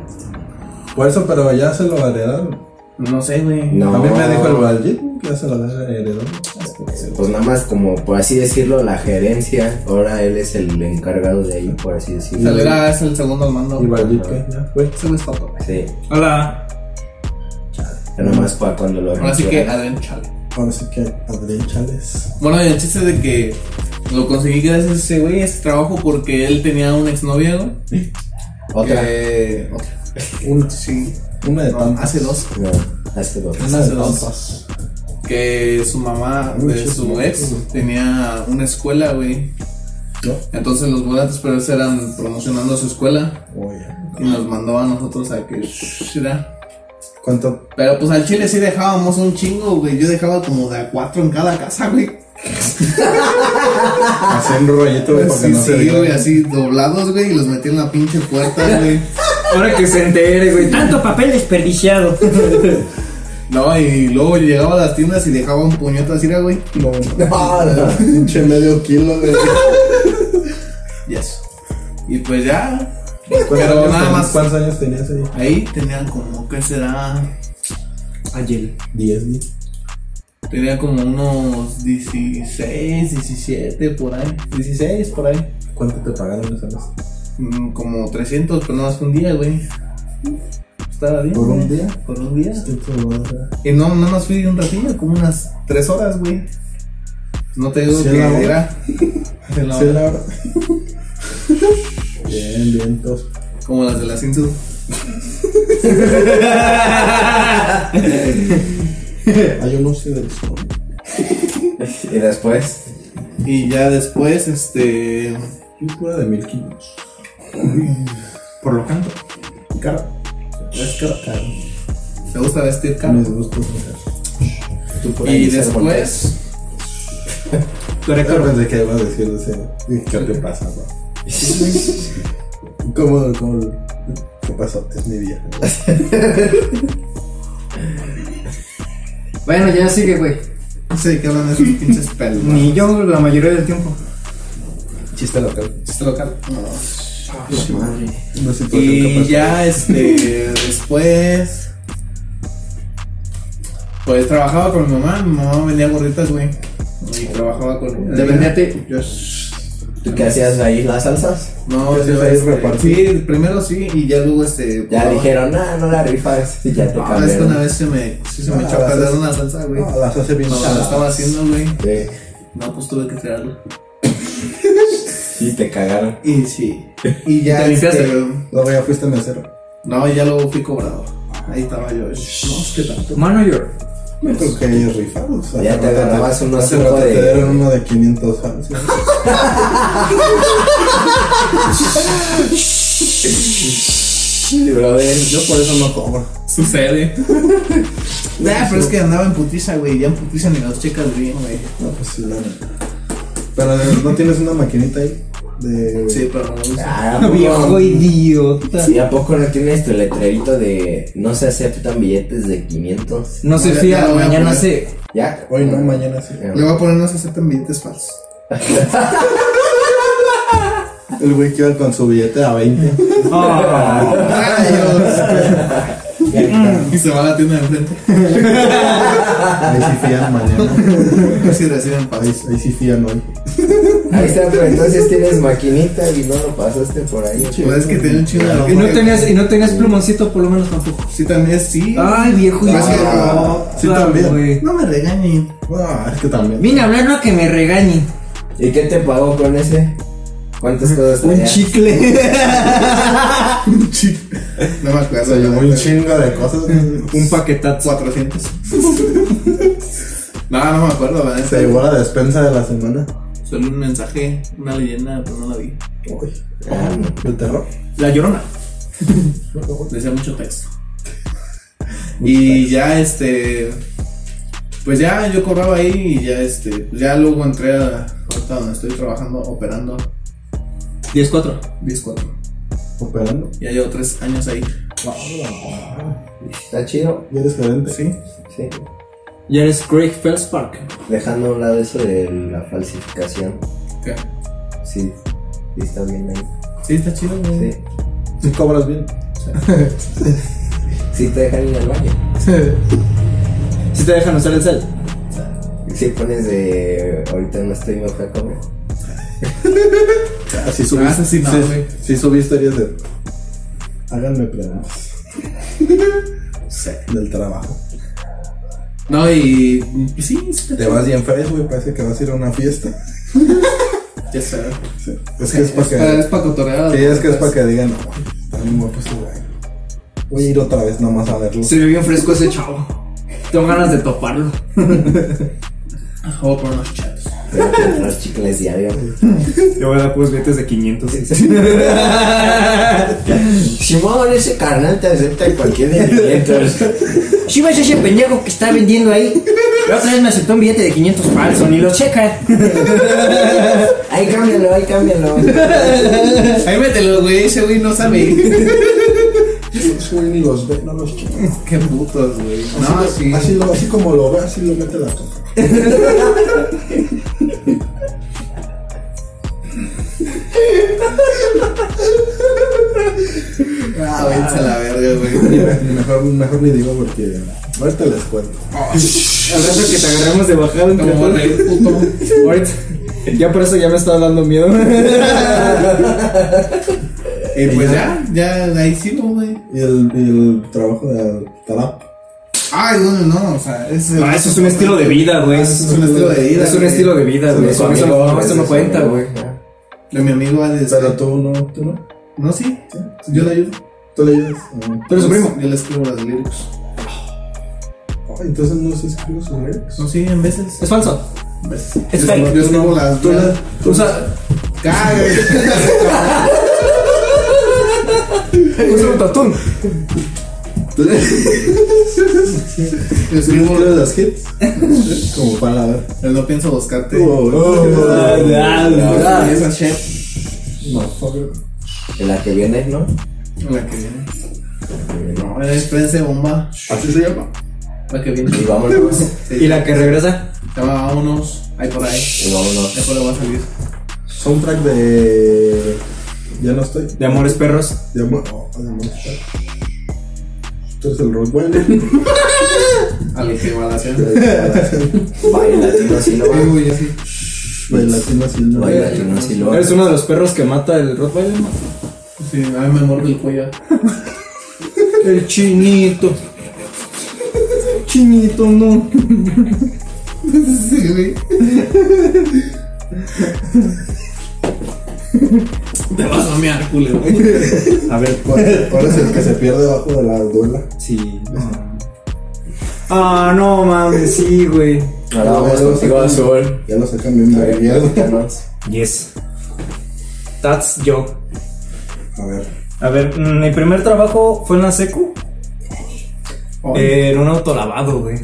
C: Por eso, pero ya se lo heredaron.
D: No sé, güey.
A: No.
C: También me dijo el Valjit que ya se lo heredaron.
A: Pues nada más como, por así decirlo, la gerencia. Ahora él es el encargado de ahí, por así decirlo.
D: Salera ah, es el segundo al mando.
C: ¿Y Valjit qué? Ya fue.
D: Se les tocó.
A: Sí,
E: Hola.
A: nada más para cuando lo
D: Ahora sí que
A: requieran.
D: Adrián Chale.
C: Ahora sí que Adrián Chávez.
D: Bueno, y el chiste es de que lo conseguí gracias a ese güey, a ese trabajo, porque él tenía una exnovia, güey.
A: Otra.
D: que- otra.
C: Una,
D: Sí.
C: una de
D: No,
C: tantas.
D: hace dos.
A: No, hace dos.
C: Una de
D: hace dos.
C: tantas.
D: Que su mamá de
C: Muchos,
D: su
C: muchos,
D: ex
C: güey.
D: tenía una escuela, güey.
C: ¿No?
D: Entonces los volantes pero eran promocionando su escuela
C: Oye.
D: y nos mandó a nosotros a que shh, era.
C: ¿Cuánto?
D: Pero pues al chile sí dejábamos un chingo, güey. Yo dejaba como de a cuatro en cada casa, güey.
C: Hacía un rollito, güey, para que
D: Sí,
C: no se
D: sí, güey,
C: viera.
D: así doblados, güey, y los metí en la pinche puerta, güey.
E: Ahora que se entere, güey. Tanto papel desperdiciado.
D: No, y luego yo llegaba a las tiendas y dejaba un puñetazo así, era, güey.
C: No,
A: No, no.
C: pinche medio kilo, güey.
D: Y eso. Y pues ya,
C: ¿Cuántos
D: Pero
C: años
D: nada
C: ten-
D: más.
C: ¿Cuántos años tenías ahí?
D: ahí tenían como, ¿qué será?
E: Ayer.
C: Diez, ¿no?
D: Tenía como unos 16, 17, por ahí. 16, por ahí.
C: ¿Cuánto te pagaron esa vez?
D: Mm, Como 300, pero nada más fue un día, güey. Estaba bien.
C: ¿Por un
D: güey.
C: día?
D: Por un día.
C: Esto no va a ser.
D: Y no, nada más fui un ratillo, como unas 3 horas, güey. No te digo
C: ¿Sí
D: que
C: la hora?
D: era. Sí, la
C: Sí,
D: hora.
C: la verdad. Bien, bien, todos.
D: Como las de la Cintu.
C: Hay un uso del sol.
A: Y después,
D: Y ya después, este.
C: Un pura de mil kilos.
E: Por lo canto.
C: Caro. Es caro. caro.
D: ¿Te gusta vestir caro?
C: Mis gustos mujer.
A: tú por ahí
D: Y
A: ser volteas.
D: después.
C: Yo pensé que iba a decir de ese. ¿Qué te pasa, bro? ¿Cómo, cómo? ¿Qué pasó? Es mi día.
E: Bueno, ya sigue, güey.
D: No sé de qué hablan esos pinches pelos.
E: Ni yo la mayoría del tiempo.
C: Chiste local.
D: Chiste local.
C: Una situación que
D: Y
C: pasó.
D: ya este después pues trabajaba con mi mamá, mi mamá vendía gorditas, güey. Y trabajaba con
E: ¿Te vendía a ti?
D: Yo
A: ¿Tú qué hacías ahí las salsas?
D: no,
C: ¿Qué
D: yo,
C: hacías ahí,
D: este,
C: repartir?
D: sí, primero sí y ya luego este
A: Ya
D: probaba.
A: dijeron, ah, no la rifas. Y ya te
D: Ah, es que una
A: cambiaron.
D: vez se me sí se me
C: Ah,
D: echó a
C: las
D: perder
C: haces-
D: una salsa, güey.
C: No, las hace bien
D: Cuando la
C: saladas.
D: Ah, estaba haciendo, güey.
A: Sí,
D: No, pues tuve que tirarlo.
A: sí, te cagaron.
D: Y sí. Y ya
E: ¿Te limpiaste?
D: este,
C: Luego ya fuiste mesero.
D: no, ya luego fui cobrado. Ahí estaba yo. No, es que tanto.
E: Manager.
C: No creo que hayas rifado. o sea,
A: Ya
C: hace
A: te
C: rato
A: agarrabas unos
C: hace
A: cinco
C: rato
A: de-
C: Te dieron uno de 500 fans.
A: Sí, brother.
C: Yo por eso no cobro.
D: Sucede. Nah, pero es que andaba en putiza, güey. Ya en putiza ni las checas bien, güey.
C: No, pues sí, la neta. Pero no tienes una maquinita ahí de.
D: Sí, pero no me gusta.
A: Ah, ¿a poco-
E: Viejo idiota.
A: Sí, ¿a poco no tienes tu letrerito de no se aceptan billetes de 500?
E: No se
D: Ya,
E: fía,
D: ya lo voy a
E: mañana
D: poner.
E: se.
A: ¿Ya?
C: Hoy no, mañana sí.
A: Ya.
D: Le voy a poner unos aceptan billetes falsos.
C: El güey que iba con su billete a 20.
E: Ah,
C: Y ahí está.
D: y se va a la tienda de enfrente.
C: Ahí sí fían mañana.
D: Así reciben
C: Ahí,
D: falsos.
C: ahí sí fían hoy.
A: Ahí está, pero entonces tienes maquinita y no lo pasaste por ahí.
D: Pues es que tiene un chingo de
E: y, no
D: amor,
E: tenías,
D: güey.
E: y no tenías plumoncito, por lo menos tampoco.
D: Sí, también sí.
E: Ay, viejo
D: Pues,
E: idiota.
C: sí, también.
E: güey.
D: No me regañen.
C: Ah, es que también.
E: Vine a hablar no a que me regañe.
A: ¿Y qué te pagó con ese? ¿Cuántas cosas
E: Un
A: traías?
E: chicle.
D: Sí. No me acuerdo.
C: Se llevó un
D: Pero-
C: chingo de cosas.
E: Un paquetazo.
D: 400. no, no me acuerdo, ¿verdad?
C: Se llevó la despensa de la semana.
D: Solo un mensaje, una leyenda, pero no la vi.
C: Uy, ah, el terror.
E: La llorona.
D: Decía mucho texto. Y ya este. Pues ya yo cobraba ahí y ya este. Ya luego entré a ahorita donde estoy trabajando, operando
E: 10-4.
D: 10-4.
C: Operando.
D: Ya llevo 3 años ahí.
A: Está chido,
C: ¿Y eres gerente?
D: Sí.
A: sí.
E: Ya eres Craig Felspark.
A: Dejando a un lado eso de la falsificación.
D: ¿Qué?
A: Sí, sí está bien ahí.
D: Sí, está chido, güey.
A: Sí,
C: Sí, cobras bien.
A: sí te dejan ir al baño.
E: Si te dejan usar el cel.
A: Y si pones de. Ahorita no estoy, no fui a comer.
C: Así
D: Ah,
C: subiste.
D: sí, no,
C: sí,
D: güey.
C: sí subí historias de. Háganme preguntas
D: Sí.
C: del trabajo.
D: No, y. y pues Sí, sí,
C: Te
D: está
C: vas bien fresco, güey. Parece que vas a ir a una fiesta.
D: Ya está.
C: Sí. Es que es para
D: Es
C: que.
D: para cotorrear.
C: Sí, es que es para que digan, no, güey, está bien guapo este güey. Voy a ir otra vez nomás a verlo.
E: Se ve bien fresco ese chavo. Tengo ganas de toparlo.
D: Juego por unos chatos.
A: Tengo que comprar chicles diario.
E: Yo voy a dar puros billetes de 500.
A: Simón, ese carnal te acepta en cualquier de 500.
E: Si ves ese pendejo que está vendiendo ahí. La otra vez me aceptó un billete de 500 falso, ni lo checa.
A: Ahí cámbialo, ahí cámbialo.
D: Ahí mételo, güey. Ese güey no sabe.
C: Ese güey ni los ve, no los quiere.
D: Qué putos, güey. No,
C: así,
D: sí.
C: así lo- así como lo ve, así lo mete la coca.
D: Ah, váyanse a la verga,
C: Ni
D: güey.
C: me- ni Mejor, mejor ni digo porque ahorita les cuento.
E: Al rato que te agarramos de bajada entre
D: Como
E: todos.
D: rey puto.
E: Ahorita- Ya por eso ya me está dando miedo.
D: Y pues ya, ya ahí sí, no, güey.
C: Y el, y el trabajo de Tarap.
D: Ay, bueno, no, o sea, es
E: Ah, eso es un estilo de vida, güey.
D: Eso es un estilo de vida.
E: Es un
D: güey.
E: estilo de vida, güey. Eso, eso no- no, eso no cuenta, güey.
D: De mi amigo ha de
C: Pero tú no, tú no.
D: No, sí, yo le ayudo.
C: Tú le ayudas. Ah.
E: Tú eres su primo.
D: Yo le escribo las lyrics.
C: Oh, entonces no se escribe sus lyrics.
D: No, sí, en veces.
E: Es falso.
D: En veces.
E: Es
D: Yo
E: fake.
D: escribo- Yo escribo las.
C: Tú le-
E: O sea,
D: Caga.
E: usa un tatún.
D: Yo
C: tú le
D: escribo.
C: escribes las hits. como para ver.
D: el No pienso buscarte.
C: Oh, oh,
D: Y esa shit.
C: No, fucker.
A: En la que viene, ¿no?
D: La que viene. No, eh, espérense, bomba.
C: Así se llama.
D: La que viene.
A: Y vámonos.
D: Sí.
E: Y la que regresa.
D: Se llama Vámonos. Ahí por ahí.
A: Y vámonos.
D: Después le va a salir.
C: Soundtrack de. Ya no estoy.
E: De amores perros.
C: Ya mu- oh, ya mu- Tú eres el rock bueno.
D: A la que va a la cena.
A: Baila latino si lo
D: Ay, güey, así.
C: El latino así, ¿no?
A: Baila latino si lo
E: Eres uno de los perros que mata el Rottweiler. ¿no?
D: Sí, a mí me muerde el cuello.
E: El chinito. Chinito, no.
D: Sí, güey. Te vas a mear, culero.
E: A ver.
C: Ahora ahora es el que se pierde debajo de la duela.
E: Sí. no. Ah, no mames, sí, güey.
A: Ahora vamos contigo azul.
C: Ya lo sacan bien de la mierda.
E: Yes. That's yo.
C: A ver.
E: A ver, mm, mi primer trabajo fue en la secu. eh, en un autolavado, güey.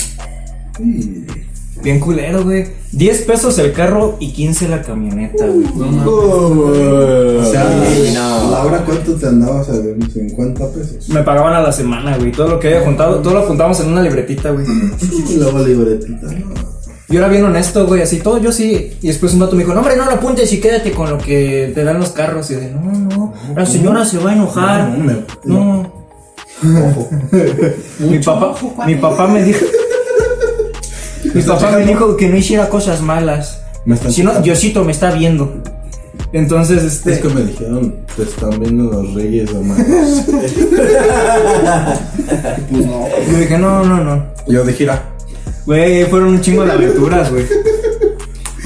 E: Bien culero, güey. 10 pesos el carro y 15 la camioneta, güey.
D: No mames.
C: O sea,
A: Sí, no.
C: Laura, ¿cuánto te andabas a ver? 50 pesos.
E: Me pagaban a la semana, güey. Todo lo que había juntado, todo lo apuntamos en una libretita, güey.
C: Y luego libretita, ¿no?
E: Yo era bien honesto, güey, así todo, yo sí. Y después un vato me dijo, no, hombre, no lo apuntes y quédate con lo que te dan los carros. Y de, no, no, la señora se va a enojar.
C: No, me-
E: No.
C: Ojo.
E: Mi papá, mi papá me dijo... mi papá me dijo que no hiciera cosas malas.
C: Me están
E: Si no, Diosito me está viendo. Entonces, este...
C: Es que me dijeron, te están viendo los reyes hermanos.
D: Pues no.
E: Yo dije, no, no, no.
C: Yo "Ah, de gira.
E: Güey, fueron un chingo de aventuras, güey.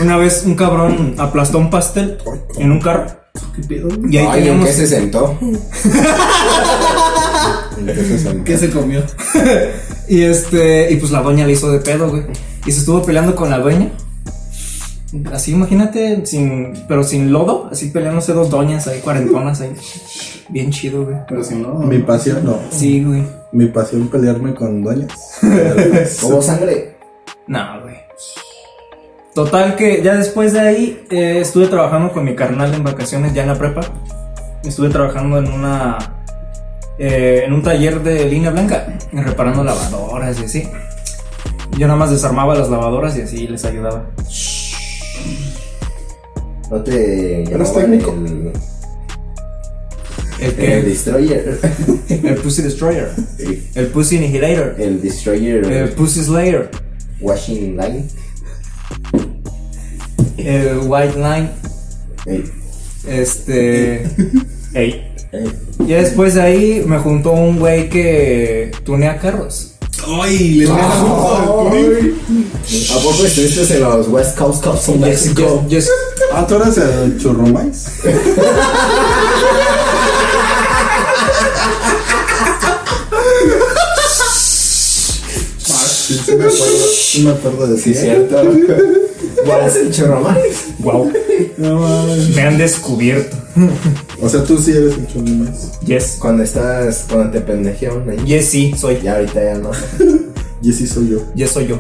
E: Una vez un cabrón aplastó un pastel en un carro.
D: ¿Qué pedo?
E: Y ahí
A: Ay, ¿en
E: teníamos...
A: qué se sentó?
C: Entonces, al-
D: ¿Qué se comió?
E: Y este, y pues la doña le hizo de pedo, güey. Y se estuvo peleando con la dueña. Así, imagínate, sin, pero sin lodo, así peleándose dos doñas ahí, cuarentonas ahí. Bien chido, güey.
D: Pero si no.
C: Mi pasión, no.
E: Sí, güey.
C: Mi pasión pelearme con doñas.
A: Como sangre.
E: No, güey. Total que ya después de ahí eh, estuve trabajando con mi carnal en vacaciones ya en la prepa. Estuve trabajando en una eh, en un taller de línea blanca, reparando lavadoras y así. Yo nada más desarmaba las lavadoras y así les ayudaba.
A: No te
C: Eres
A: llamaban
C: técnico.
A: el,
E: El
A: el
E: que
A: Destroyer.
E: el Pussy Destroyer,
A: Sí.
E: el Pussy Annihilator,
A: El Destroyer
E: el Pussy Slayer,
A: Washing Line.
E: el White Line,
A: Ey,
E: este Ey.
A: ey.
E: Ya después de ahí me juntó un güey que tunea carros.
D: ¡Ay! Le dio la foto del pudín.
A: ¿A poco estuviste en los West Coast Cups en México?
E: Yo- yo-
C: Ah, tú eres el churrumais. Ah, Sí, sí me acuerdo, sí me acuerdo de
A: Sí,
C: ti. ¿eh?
A: cierto. ¿Cuál es el chorromán?
E: Wow.
C: No mames.
E: Me han descubierto.
C: O sea, tú sí eres el churrumais.
E: Yes.
A: Cuando estás, cuando te pendejearon ahí.
E: Yes, sí, soy.
A: Ya ahorita ya no.
C: Y sí soy yo.
E: Yes, soy yo.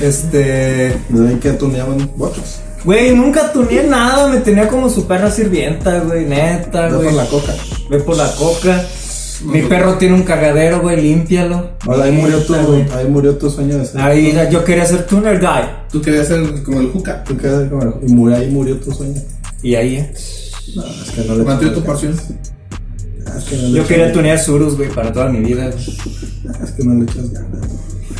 E: Este.
C: ¿De ahí que tuneaban bochos?
E: Güey, nunca tuneé nada. Me tenía como su perra sirvienta, güey. Neta, Ah,
C: Ve
E: güey.
C: por la coca.
E: Ve por la coca. Mi perro tiene un cagadero, güey. Límpialo.
C: Ahora, ahí murió tu,
E: Neta, Ah, güey. Ah.
C: ahí murió tu sueño de ser.
E: Ahí ya- yo quería ser tuner guy.
D: Tú querías ser como el Juca.
C: Tú quedas como el- y murió, ahí murió tu sueño.
E: Y ahí, eh.
C: No, es que no le
D: Mantuve tu
C: echan-
D: porción.
C: Ah, Es que no le
E: Yo
C: echan-
E: quería tunear surus, güey, para toda mi vida. güey.
C: Es que no le echas ganas.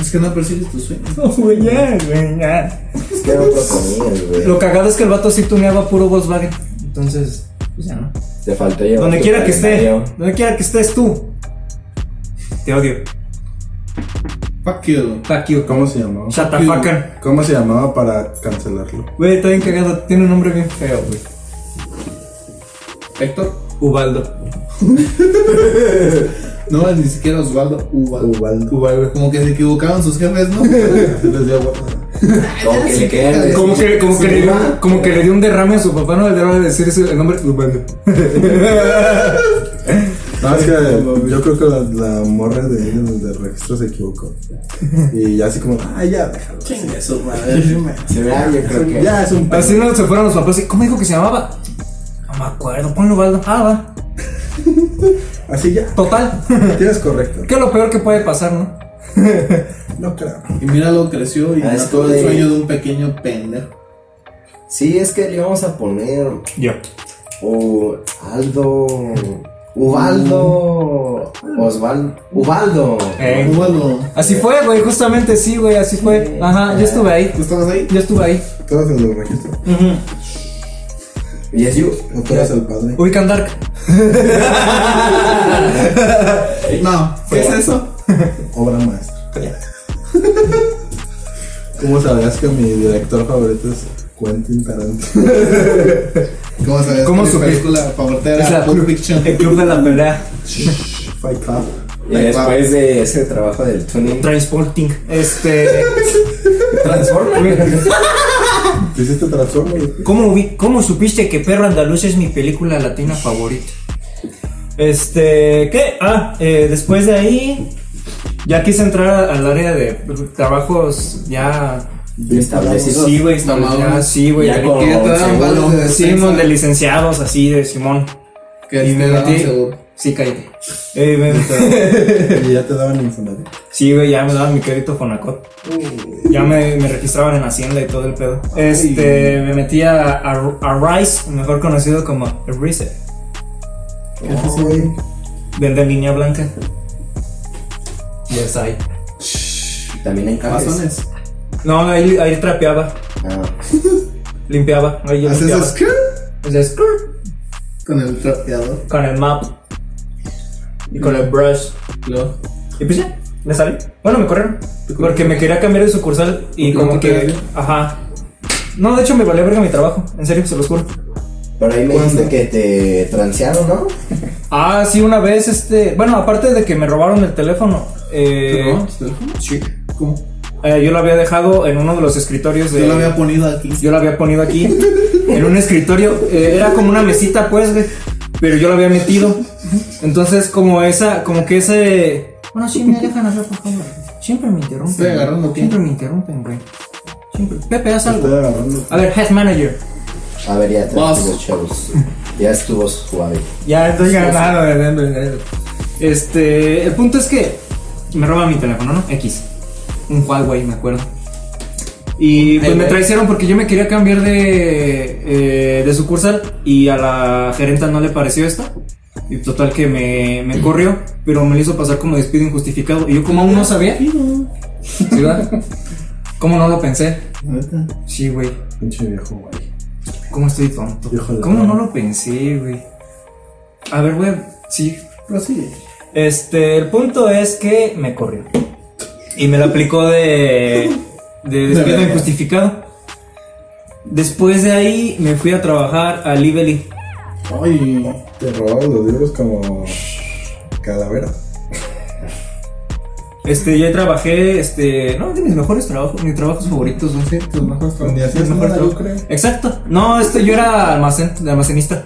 D: Es que no persigues tus sueños.
E: No, güey, ya, güey, ya.
A: Es que no comías, güey.
E: Lo cagado es que el vato sí tuneaba puro Volkswagen. Entonces, pues ya no.
A: Te faltó llevar.
E: Donde
A: tu
E: quiera que esté,
A: calendario.
E: donde quiera que estés tú. Te odio.
D: Fuck you.
E: Fuck you.
C: ¿Cómo se llamaba?
E: Chatafacan.
C: ¿Cómo se llamaba para cancelarlo?
E: Güey, está bien cagado. Tiene un nombre bien feo, güey.
D: Héctor.
E: Ubaldo.
D: No, ni siquiera Osvaldo. Ubaldo.
C: Ubaldo.
E: Ubaldo.
D: Como que se equivocaron sus jefes, ¿no?
C: Les dio guarda.
A: Como que le
D: Sí,
A: quedan.
E: Como que, como, que le dio,
A: va.
E: como que le dio un derrame a su papá, no le daba de decir ese- el nombre Ubaldo.
C: No, es que yo creo que la, la morra de ellos de registro se equivocó. Y ya así como, ah, ya, déjalo.
D: Chingue su madre.
A: Se vea, yo creo que.
C: Ya es un perro.
E: Así no se fueron los papás. y, ¿Cómo dijo que se llamaba? No me acuerdo. Ponle Ubaldo. Ah, va.
C: Así ya.
E: Total.
C: Tienes correcto.
E: ¿Qué es lo peor que puede pasar, no?
C: No creo.
D: Y míralo, creció y
A: Ah, es
D: mató el
A: de-
D: sueño de un pequeño pendejo.
A: Sí, es que le íbamos a poner.
E: Yo.
A: O Aldo. Ubaldo. Osvaldo. Ubaldo.
D: Ubaldo.
E: Eh, Así fue, güey. Justamente sí, güey. Así fue. Ajá. Yo estuve ahí.
D: ¿Tú estabas ahí?
E: Yo estuve ahí.
C: Tú eres el del registro.
A: Y es you.
C: O tú eres el padre.
E: Ubican Dark.
D: No. ¿Qué es eso?
C: Obra maestra. ¿Cómo sabías que mi director favorito es Quentin Tarantino?
D: ¿Cómo sabías?
E: ¿Cómo
D: que mi
E: supiste?
D: película favorita
E: Es la
D: era Pulp Fiction.
E: El club de la pelea.
C: Fight Club.
A: Y después de ese trabajo del tuning.
E: Transporting. Este.
A: Transforma.
C: ¿Te hiciste Transformers?
E: ¿Cómo, vi- ¿Cómo supiste que Perro Andaluz es mi película latina favorita? Este. ¿Qué? Ah, eh, después de ahí. Ya quise entrar a- al área de trabajos ya.
A: Establecido.
E: Sí, güey, está
D: Mamado.
E: ya, Sí, güey.
A: Ya
E: de-
A: con-
D: Que ya te daban
A: Seguro.
D: balas de defensa.
E: Simón, de licenciados, así, de Simón.
D: Que te daban seguro.
E: Sí, cállate. Eh, me-
C: Y ya te daban Infonavit.
E: Sí, güey, ya me daban mi crédito Fonacot. Ya me, me registraban en Hacienda y todo el pedo. Este, me metí a, a, a Rice, mejor conocido como Rice,
D: ¿Qué es eso, güey?
E: vende línea blanca. Yes, I.
A: También en cajas.
D: Razones.
E: No, ahí, ahí trapeaba,
A: Ah.
E: limpiaba, ahí yo
D: ¿Haces
E: limpiaba.
D: screw?
E: Entonces, scrrr,
D: Con el trapeador.
E: con el map y con el brush.
D: Luego.
E: Y pues ya, me salí. Bueno, me corrieron. Porque me quería cambiar de sucursal y
D: Porque
E: como
D: no te
E: que...
D: valía.
E: Ajá. No, de hecho me valía verga mi trabajo. En serio, se los juro.
A: Pero ahí me dijiste que te transearon, ¿no?
E: Ah, sí, una vez, este. Bueno, aparte de que me robaron el teléfono.
D: ¿Te
E: eh,
D: robaron tu teléfono?
E: Sí.
D: ¿Cómo?
E: Eh, yo lo había dejado en uno de los escritorios de.
D: Yo lo había ponido aquí.
E: yo lo había ponido aquí, en un escritorio. eh, era como una mesita, pues, güey. Pero yo lo había metido. Entonces, como esa, como que ese. Bueno, sí me dejan hablar, por favor. Siempre me interrumpen.
D: Estoy
E: güey.
D: agarrando, ¿qué?
E: Siempre me interrumpen, güey. Siempre. Pepe, haz
C: Estoy
E: algo.
C: agarrando.
E: A ver, head manager.
A: A ver, ya
D: Vas.
A: tranquilos, chavos. Ya estuvo suave.
E: Ya estoy ganado, ¿verdad? Este, el punto es que me roban mi teléfono, ¿no? X. Un Huawei, me acuerdo. Y pues
D: Ay,
E: me
D: güey.
E: traicionaron porque yo me quería cambiar de, eh, de sucursal y a la gerenta no le pareció esto. Y total que me, me corrió, pero me lo hizo pasar como despido injustificado. Y yo como aún no sabía, ¿sí, verdad? ¿Cómo no lo pensé?
D: Neta.
E: Sí, güey.
C: Pinche viejo, güey.
E: ¿Cómo estoy tonto?
C: Hijo de
E: ¿Cómo no
C: perra.
E: lo pensé, güey? A ver, güey, sí,
D: Prosigue.
E: Este, el punto es que me corrió. Y me lo aplicó de, de despido
D: verga.
E: injustificado. Después de ahí me fui a trabajar a Lively.
D: Ay,
C: Te robaron los libros como calavera.
E: Este, yo trabajé, este, no, de mis mejores trabajos, mis trabajos favoritos, güey.
D: sí, tus mejores
C: Ni
D: trabajos.
C: hacías
E: Mis mejores
C: nada, yo
E: trabajos.
C: creo.
E: Exacto. No, este, yo era almacén, de almacenista.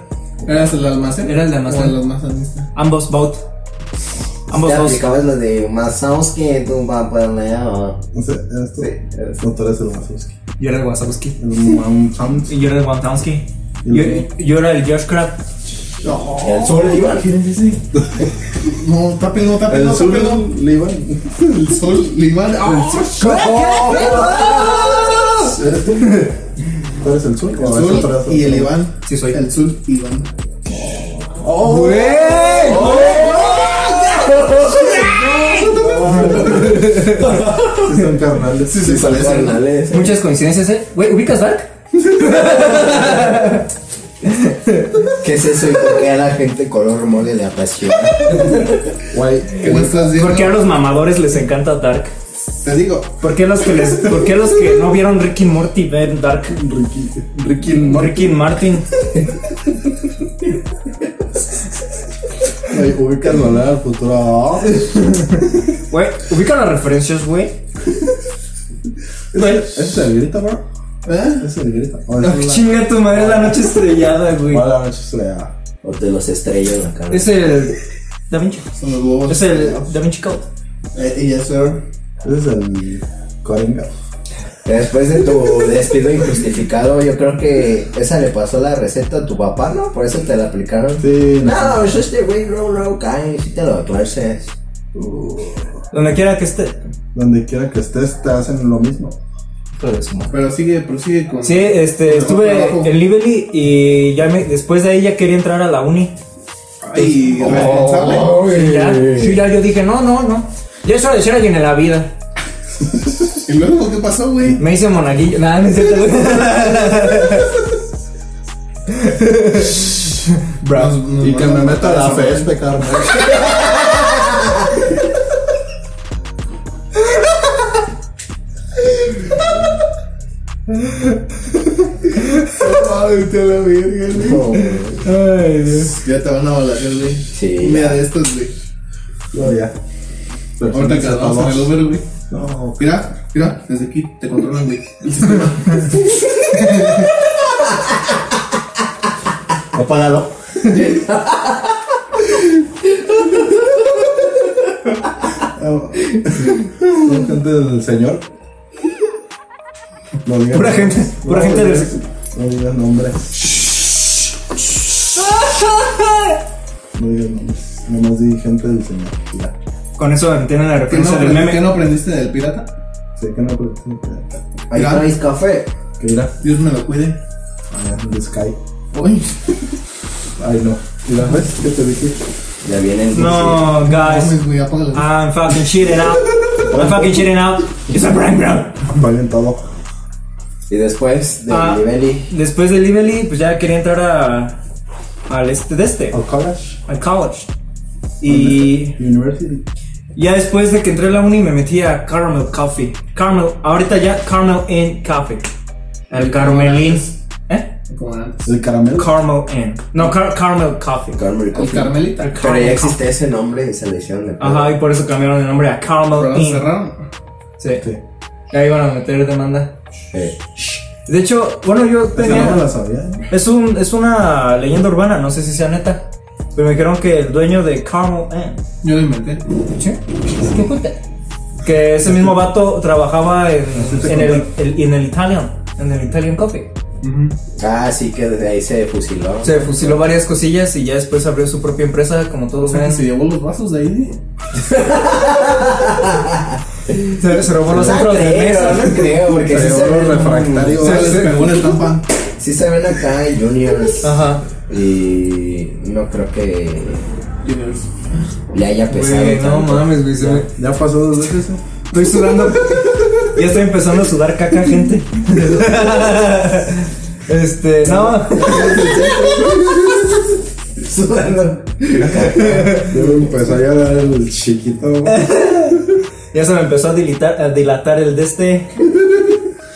D: ¿Eras el almacén?
E: Era el almacén.
D: O el almacenista.
E: Ambos both. Ambos
A: Ya
E: dos.
A: aplicabas lo de más sounds que tu papá no llama.
C: No sé, eras tú.
A: Sí, eres
C: No, tú eres el Mazowski.
E: Yo era el Wasowski.
C: El Mamsams.
E: Y yo era el Wantowski.
C: Y
E: Yo,
C: luego-
E: yo era el Josh Crab.
A: El sur de Iván.
D: ¿Quién es ese? No, tapen, no, tapen,
C: El
D: no,
C: sur
D: tapen, no.
C: le iban.
D: El sol, Limán. ¡Ah!
C: ¿Eres tú? ¿Tú eres el Zul?
D: El
C: ¿O es
D: Zul
C: otro-
D: y el Iván.
E: Sí, soy.
D: El Zul, Iván.
C: Sí, son carnales.
D: Sí, sí,
A: Los
D: parece.
A: carnales.
E: Muchas coincidencias, ¿eh? Güey, ¿ubicas Dark?
A: ¿Qué es eso y por qué a la gente color mole le apasiona?
C: Guay.
D: ¿Qué no estás viendo?
E: ¿Por qué a los mamadores les encanta Dark?
D: Te digo,
E: ¿Por qué los que les, por qué los que no vieron Rick y Morty ven Dark?
C: Ricky. Ricky and Morty.
E: Rick y Martin.
C: Ay, Ubicas Volver al Futuro. Ah,
E: Güey, ubica las referencias, güey.
C: ¿Ese es el grita, bro?
D: ¿eh?
C: ¿Ese es el grita? ¿O
E: Ah,
C: es
E: Chinga tu madre la noche estrellada, güey.
C: la- o la noche estrellada?
A: O te los estrella en la cara.
E: Es el Da Vinci.
D: Son los huevos.
E: Es el Da Vinci Code.
D: Eh, yes, sir.
C: Ese es el Coringa.
A: Después de tu despido injustificado, yo creo que esa le pasó la receta a tu papá, ¿no? Por eso te la aplicaron.
C: Sí, no.
A: No, es este güey, no, no, cae, si te lo tuerces.
E: Donde quiera que esté.
C: Donde quiera que estés, te hacen lo mismo.
E: Hijo de su madre.
D: Pero sigue, prosigue con.
E: Sí, este,
D: Mejor trabajo.
E: estuve en Lively y ya me, después de ahí ya quería entrar a la uni.
D: Ay,
A: Oh.
D: responsable.
E: Sí, ya, sí, ya yo dije, no, no, no. Ya es hora de ser alguien en la vida.
D: ¿Y luego qué pasó, güey?
E: Me hice monaguillo. Nada, no es cierto.
D: Nos- nos
C: Y que me
D: mandan
C: meta la
D: matar, güey.
C: peste, carnal.
D: Ay, te la verga, güey.
A: No,
E: Ay, Dios.
D: Ya te van a balacer, güey.
A: Sí.
D: Mira de estos, güey.
C: No, ya.
D: Ahorita que vamos en el Uber, güey.
C: No,
D: Mira, mira, desde aquí te controlan, güey. El sistema.
C: apágalo. Son gente del señor. No digas
E: Pura gente, pura gente del-
C: digas- No digas nombres. No digas nombres. Nomás di gente del señor. Ya.
E: Con eso entienden la
D: ¿Qué no,
E: referencia del
D: aprendiste,
E: meme.
D: ¿Qué no aprendiste del pirata?
C: Sé que no pero sí, ya.
A: ahí
D: Ya.
A: traes café.
C: Que mira.
D: Dios me lo cuide.
C: Allá de Sky.
D: Uy,
C: Ay no. ¿Y la ves que te dije?
A: Ya vienen.
E: No, guys.
D: mames, güey, apágalo.
E: I'm fucking shitting out. I'm fucking shitting out. It's a prank, bro.
C: Apaguen todo.
A: Y después de
E: Ah.
A: Niveli,
E: Después de Lively, pues ya quería entrar a. al este de este,
C: Al college.
E: al college. Y
C: University.
E: ya después de que entré a la uni me metí a Caramel Coffee. Caramel, ahorita ya Caramel in Coffee. El Carmelín. ¿Eh?
D: Como era antes.
C: ¿Es el caramelo?
E: Caramel Inn. No, Car- Caramel Coffee.
A: Carmel
D: El
A: Coffee.
D: Carmelita.
E: El
D: Pero
A: Pero
E: Caramel
A: ya existe ese nombre y se le hicieron de pedo.
E: Ajá, y por eso cambiaron el nombre a Caramel
D: lo
E: Inn.
D: cerraron.
E: Sí.
C: Sí.
E: Ahí van a meter demanda.
A: Eh,
E: De hecho, bueno, yo
C: Esa no
E: tenía.
C: me la sabía. ¿eh?
E: Es, un, es una leyenda urbana, no sé si sea neta. Pero me dijeron que el dueño de Caramel Inn.
D: Yo lo inventé.
E: Que ese mismo vato trabajaba en,
C: Estoy
E: en, el, el- en el Italian. En el Italian Coffee.
A: Ah, sí, que desde ahí se fusiló.
E: Se fusiló varias cosillas y ya después abrió su propia empresa, como todos
D: O sea,
E: saben.
D: se llevó los vasos de ahí.
E: Se, se robó los
A: No
E: centros de
A: creo,
E: mesa.
A: no creo, porque sí
C: Se
A: se
C: llevó los
A: ven-
C: refractarios.
D: Se les pegó una estampa.
A: Sí se ven acá juniors.
E: Ajá.
A: Y no creo que
D: Universe.
A: le haya pesado.
E: Güey, no
A: tanto.
E: mames, güey. se me-
C: Ya pasó dos veces. ¿eh?
E: Estoy sudando. ya estoy empezando a sudar caca, gente. este, no.
A: Sudando.
C: Yo empezó a llorar el chiquito.
E: Ya se me empezó a dilatar, a dilatar el de este.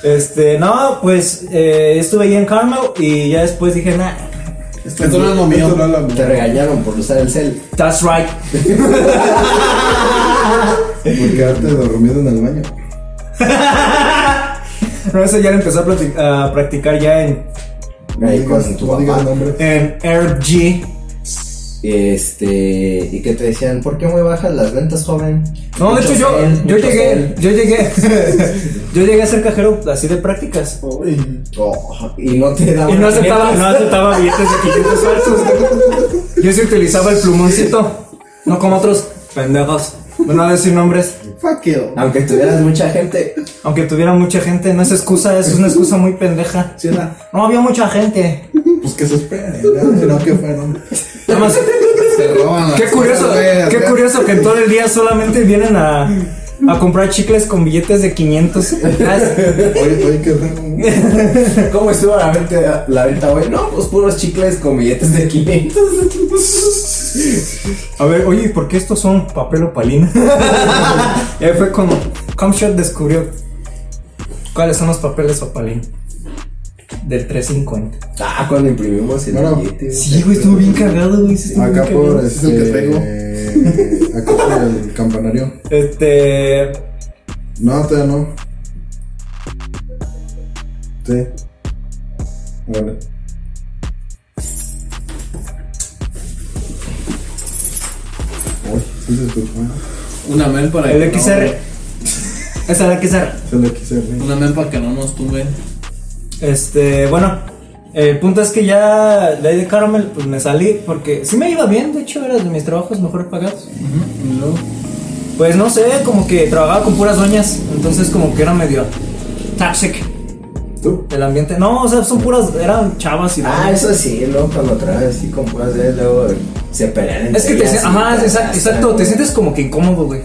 E: Este, no, pues eh, estuve ahí en Carmel y ya después dije, nah,
D: Esto no es lo mío.
C: Este Esto no es lo mío.
A: Te regañaron por usar el cel.
E: that's right.
C: Por quedarte dormido en el baño.
E: No, eso ya lo empecé a, plati- a practicar ya en,
A: Ahí
C: digas-
A: con tu
C: no digas
A: papá.
C: nombres.
E: en RG.
A: Este. Y que te decían, ¿por qué muy bajas las ventas, joven?
E: No, de
A: Mucho
E: hecho yo,
A: cel,
E: yo
A: mucho
E: llegué,
A: cel.
E: yo llegué, yo llegué a ser cajero así de prácticas.
D: Uy.
A: Oh, y no te daban.
E: Y no aceptaba,
A: billetes.
E: no aceptaba billetes de 500 pesos. Yo sí utilizaba el plumoncito. No como otros pendejos. Bueno, a decir nombres.
D: Fuck you.
A: Aunque tuvieras mucha gente.
E: Aunque tuviera mucha gente, no es excusa, es una excusa muy pendeja.
D: Sí, era.
E: No había mucha gente.
C: Pues que se esperen, ¿no? Si no, que fueron.
E: Nada más,
D: Se roban. las
E: qué curioso,
D: cosas, güey,
E: qué
D: acá.
E: curioso que todo el día solamente vienen a, a comprar chicles con billetes de 500.
C: Oye, oye, que raro.
A: ¿Cómo estuvo la venta, la venta hoy? No, pues puros chicles con billetes de 500.
E: A ver, oye, ¿por qué estos son papel opalina? y ahí fue como Comshot descubrió cuáles son los papeles opalín del 350.
A: Ah, cuando imprimimos el
C: Bueno,
A: billete.
E: Sí, güey, estuvo bien cagado, güey. sí, estuvo bien
C: Acá
E: cagado.
C: por
D: es el que traigo.
C: este. Acá por el campanario.
E: Este.
C: No, todavía no. Sí. Vale. Uy, sí se escuchó. ¿eh?
D: Una mel para
E: El
D: que no-
E: XR. Esa es la XR.
C: Se le quise reír.
D: Una mel para que no nos tumben.
E: Este, bueno, el punto es que ya de ahí de Caramel, pues me salí porque sí me iba bien, de hecho era de mis trabajos mejor pagados.
D: Y luego,
E: Pues no sé, como que trabajaba con puras doñas, entonces como que era medio toxic
C: ¿Tú?
E: el ambiente. No, o sea, son puras, eran chavas y
A: Ah,
E: doñas.
A: eso sí, luego cuando traes así con puras de luego se pelean entre
E: Es que te
A: ellas
E: sien-
A: y
E: ajá,
A: te
E: exacto,
A: arrastran.
E: exacto, te sientes como que incómodo, güey.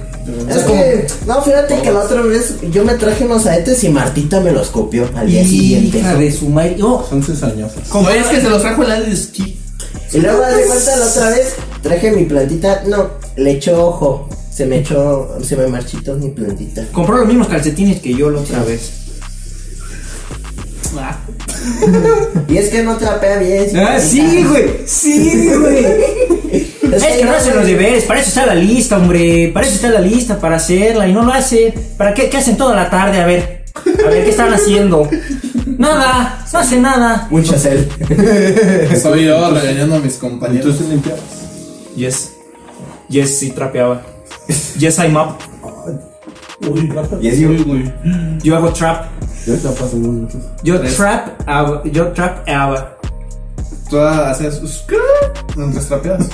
A: Es que, no, fíjate que la otra vez yo me traje unos aretes y Martita me los copió al día siguiente.
E: Hija de su madre. Oh,
C: Son cizañosas.
D: Como es que se los trajo el Adi Ski.
A: Y luego haz de cuenta la otra vez traje mi plantita, no, le echó ojo, se me echó, se me marchitó mi plantita.
E: compró los mismos calcetines que yo la otra vez.
D: Ah,
A: Y es que no trapea bien. su
E: Ah, sí,
A: plantita.
E: güey, sí, güey. Es que no hace
A: se
E: los deberes, para eso está la lista, hombre. Para eso está la lista, para hacerla y no lo hace. ¿Para qué, qué hacen toda la tarde? A ver, a ver, ¿qué están haciendo? Nada, no hace nada.
A: Mucho cel.
D: Soy yo regañando a mis compañeros.
C: Entonces limpiabas.
E: Yes, yes, sí trapeaba. Yes, I'm up.
C: Uy, rata.
A: Y es
D: Uy, güey.
E: Yo hago trap.
C: Ya te ha pasado dos veces.
E: Yo trap, yo trap,
D: Tú haces skr entre trapeadas.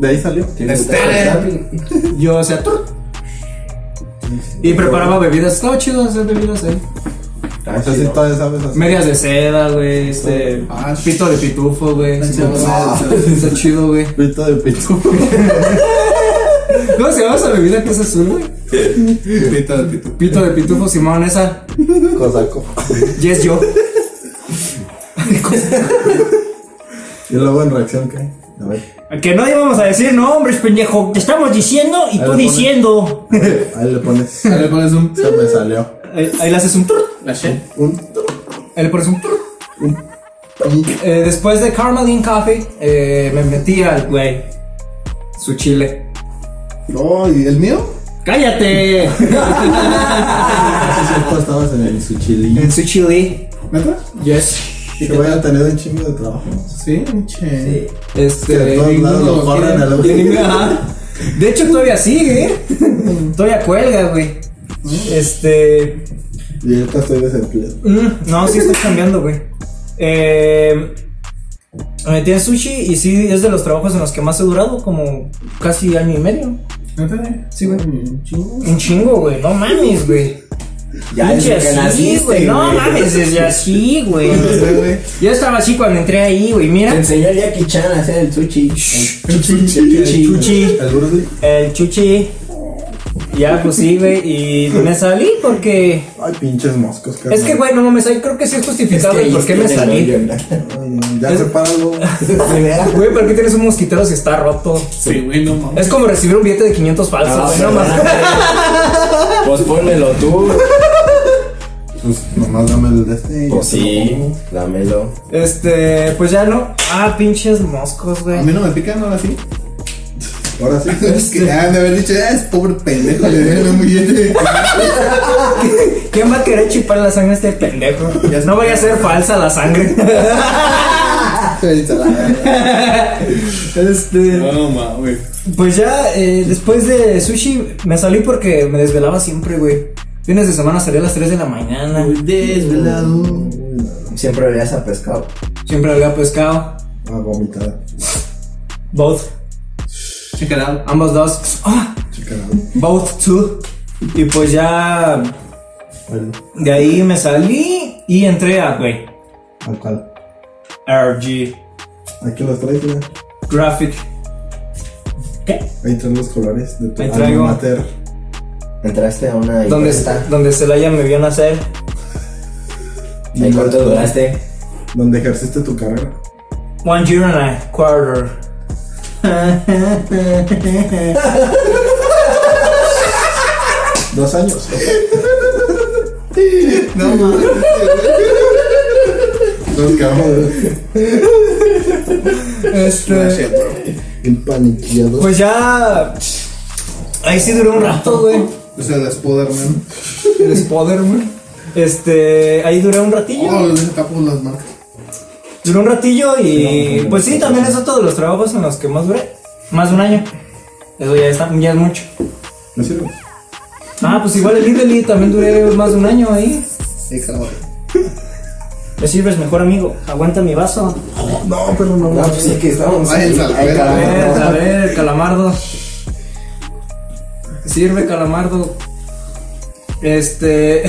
C: De ahí salió.
A: Este.
E: Yo hacía trut. Y preparaba bebidas. Estaba chido hacer bebidas ahí.
C: O sea, si todavía sabes hacer.
E: Medias de seda, güey. Este.
D: Ah,
E: Pito de pitufo, güey.
D: Ah.
E: Está chido, güey.
C: Pito de pito.
E: ¿Cómo se llama esa bebida que es azul, güey?
D: Pita de pito.
E: Pito de pitufo, Simón, esa.
C: Cosaco.
E: Yes, yo.
C: Y luego en reacción, ¿qué? A ver.
E: Que no íbamos a decir nombres, pendejo. Te estamos diciendo y
C: Ahí lo
E: tú
C: pone.
E: diciendo.
C: Ahí le pones.
D: Ahí le pones un.
C: Se me salió.
E: Ahí, ahí le haces un trrr.
D: La shit.
C: Un.
E: Ahí le pones un trrr. Eh, después de Carmeline Coffee, eh, me metí al güey. Su chile.
D: No, Oh, ¿y el mío?
E: ¡Cállate!
C: Sí, cierto, estabas en el suchilí.
E: en su chile.
D: ¿Neta?
E: Yes.
C: Que vayan a tener un chingo de trabajo.
D: Sí, che.
E: Este.
C: Que de todos
E: ninguno
C: lados lo
E: quiere.
C: corren al hombre.
E: Ninguno- ajá. De hecho, todavía sigue, ¿eh? Todavía cuelga, güey. Este.
C: Y ahorita estoy desempleado.
E: Mm, no, sí estoy cambiando, güey. Eh, me metí en sushi y sí es de los trabajos en los que más he durado, como casi año y medio.
D: ¿Neta? Sí, güey. Chingo.
E: Un chingo, güey. No mames, güey.
A: Ya
E: Pinche
A: desde que
E: así,
A: naciste,
E: güey. No
A: güey.
E: mames, desde así, güey. Yo estaba así cuando entré ahí, güey.
A: Te
E: Mira.
A: enseñó el Jackie Chan a hacer el sushi. El sushi.
E: El chuchi.
C: ¿El Burley?
E: El chuchi. Ya, pues sí, güey. Y me salí porque.
C: Ay, pinches moscos, cabrón.
E: Es que, güey, no mames, ahí creo que sí es
A: Es
E: justificable.
A: que
E: ¿Por qué me salí?
C: Ay, no, Ya
E: es-
C: separa algo.
E: Güey, ¿por qué tienes un mosquitero si está roto?
D: Sí, güey, no mames.
E: Es como recibir un billete de 500
A: Ah,
E: falsos. güey, no
A: ¿verdad?
E: más.
A: Pues pónmelo tú.
C: Pues nomás dame el de este. y
E: Oh,
A: Pues
C: yo te lo
A: sí,
C: pongo.
A: dámelo.
E: Este, pues ya no. Ah, pinches moscos,
D: A
E: güey.
D: mí no me pican ahora sí.
C: Ahora sí.
D: Es que ah, de haber dicho, ah, es pobre pendejo, le dieron un billete.
E: ¿Quién va a querer chupar la sangre a este pendejo? No vaya a ser falsa la sangre. Este,
D: No, mames, güey.
E: pues ya eh, después de sushi me salí porque me desvelaba siempre, güey. Fines de semana salía a las 3 de la mañana.
D: pues, este Mm. Desvelado.
A: Siempre veías a pescado.
E: Siempre había pescado.
C: Ah, vomitada.
E: Both.
D: Check it out.
E: Ambos dos. Ah,
C: Chica,
E: both two. Y pues ya
C: Al
E: de ahí me salí y entré a, güey.
C: al cual.
E: RG.
C: Aquí los traes, mira.
E: Graphic.
C: Ahí traen los colores de tu
E: Ahí traigo.
C: alma mater.
A: Entraste a una.
E: Donde,
A: está?
E: donde Celaya me vio nacer.
A: ¿Y cuánto duraste?
C: Donde ejerciste tu carrera.
E: One year and a quarter.
C: Dos años.
D: No mames.
C: Nos quedamos
E: Este,
C: empaniqueados.
E: pues ya. Ahí sí duró un rato, güey.
D: O sea, la Spoderman.
E: El spoiler, güey. Este, ahí duré un
D: Oh,
E: ratillo.
D: les tapo las marcas.
E: Duró un ratillo y. Pues sí, también es otro de los trabajos en los que más duré. Más de un año. Eso ya está, ya es mucho.
C: ¿No sirve?
E: Ah, pues igual el Lidl también duré más de un año ahí.
D: Eh, cabrón.
E: Me sirves mejor amigo. Aguanta mi vaso.
C: No, pero no.
A: No, pues es que estábamos.
D: Ay, el salvero.
A: Ay,
E: A ver,
A: caramba.
E: a ver, calamardo. Sirve calamardo. Este.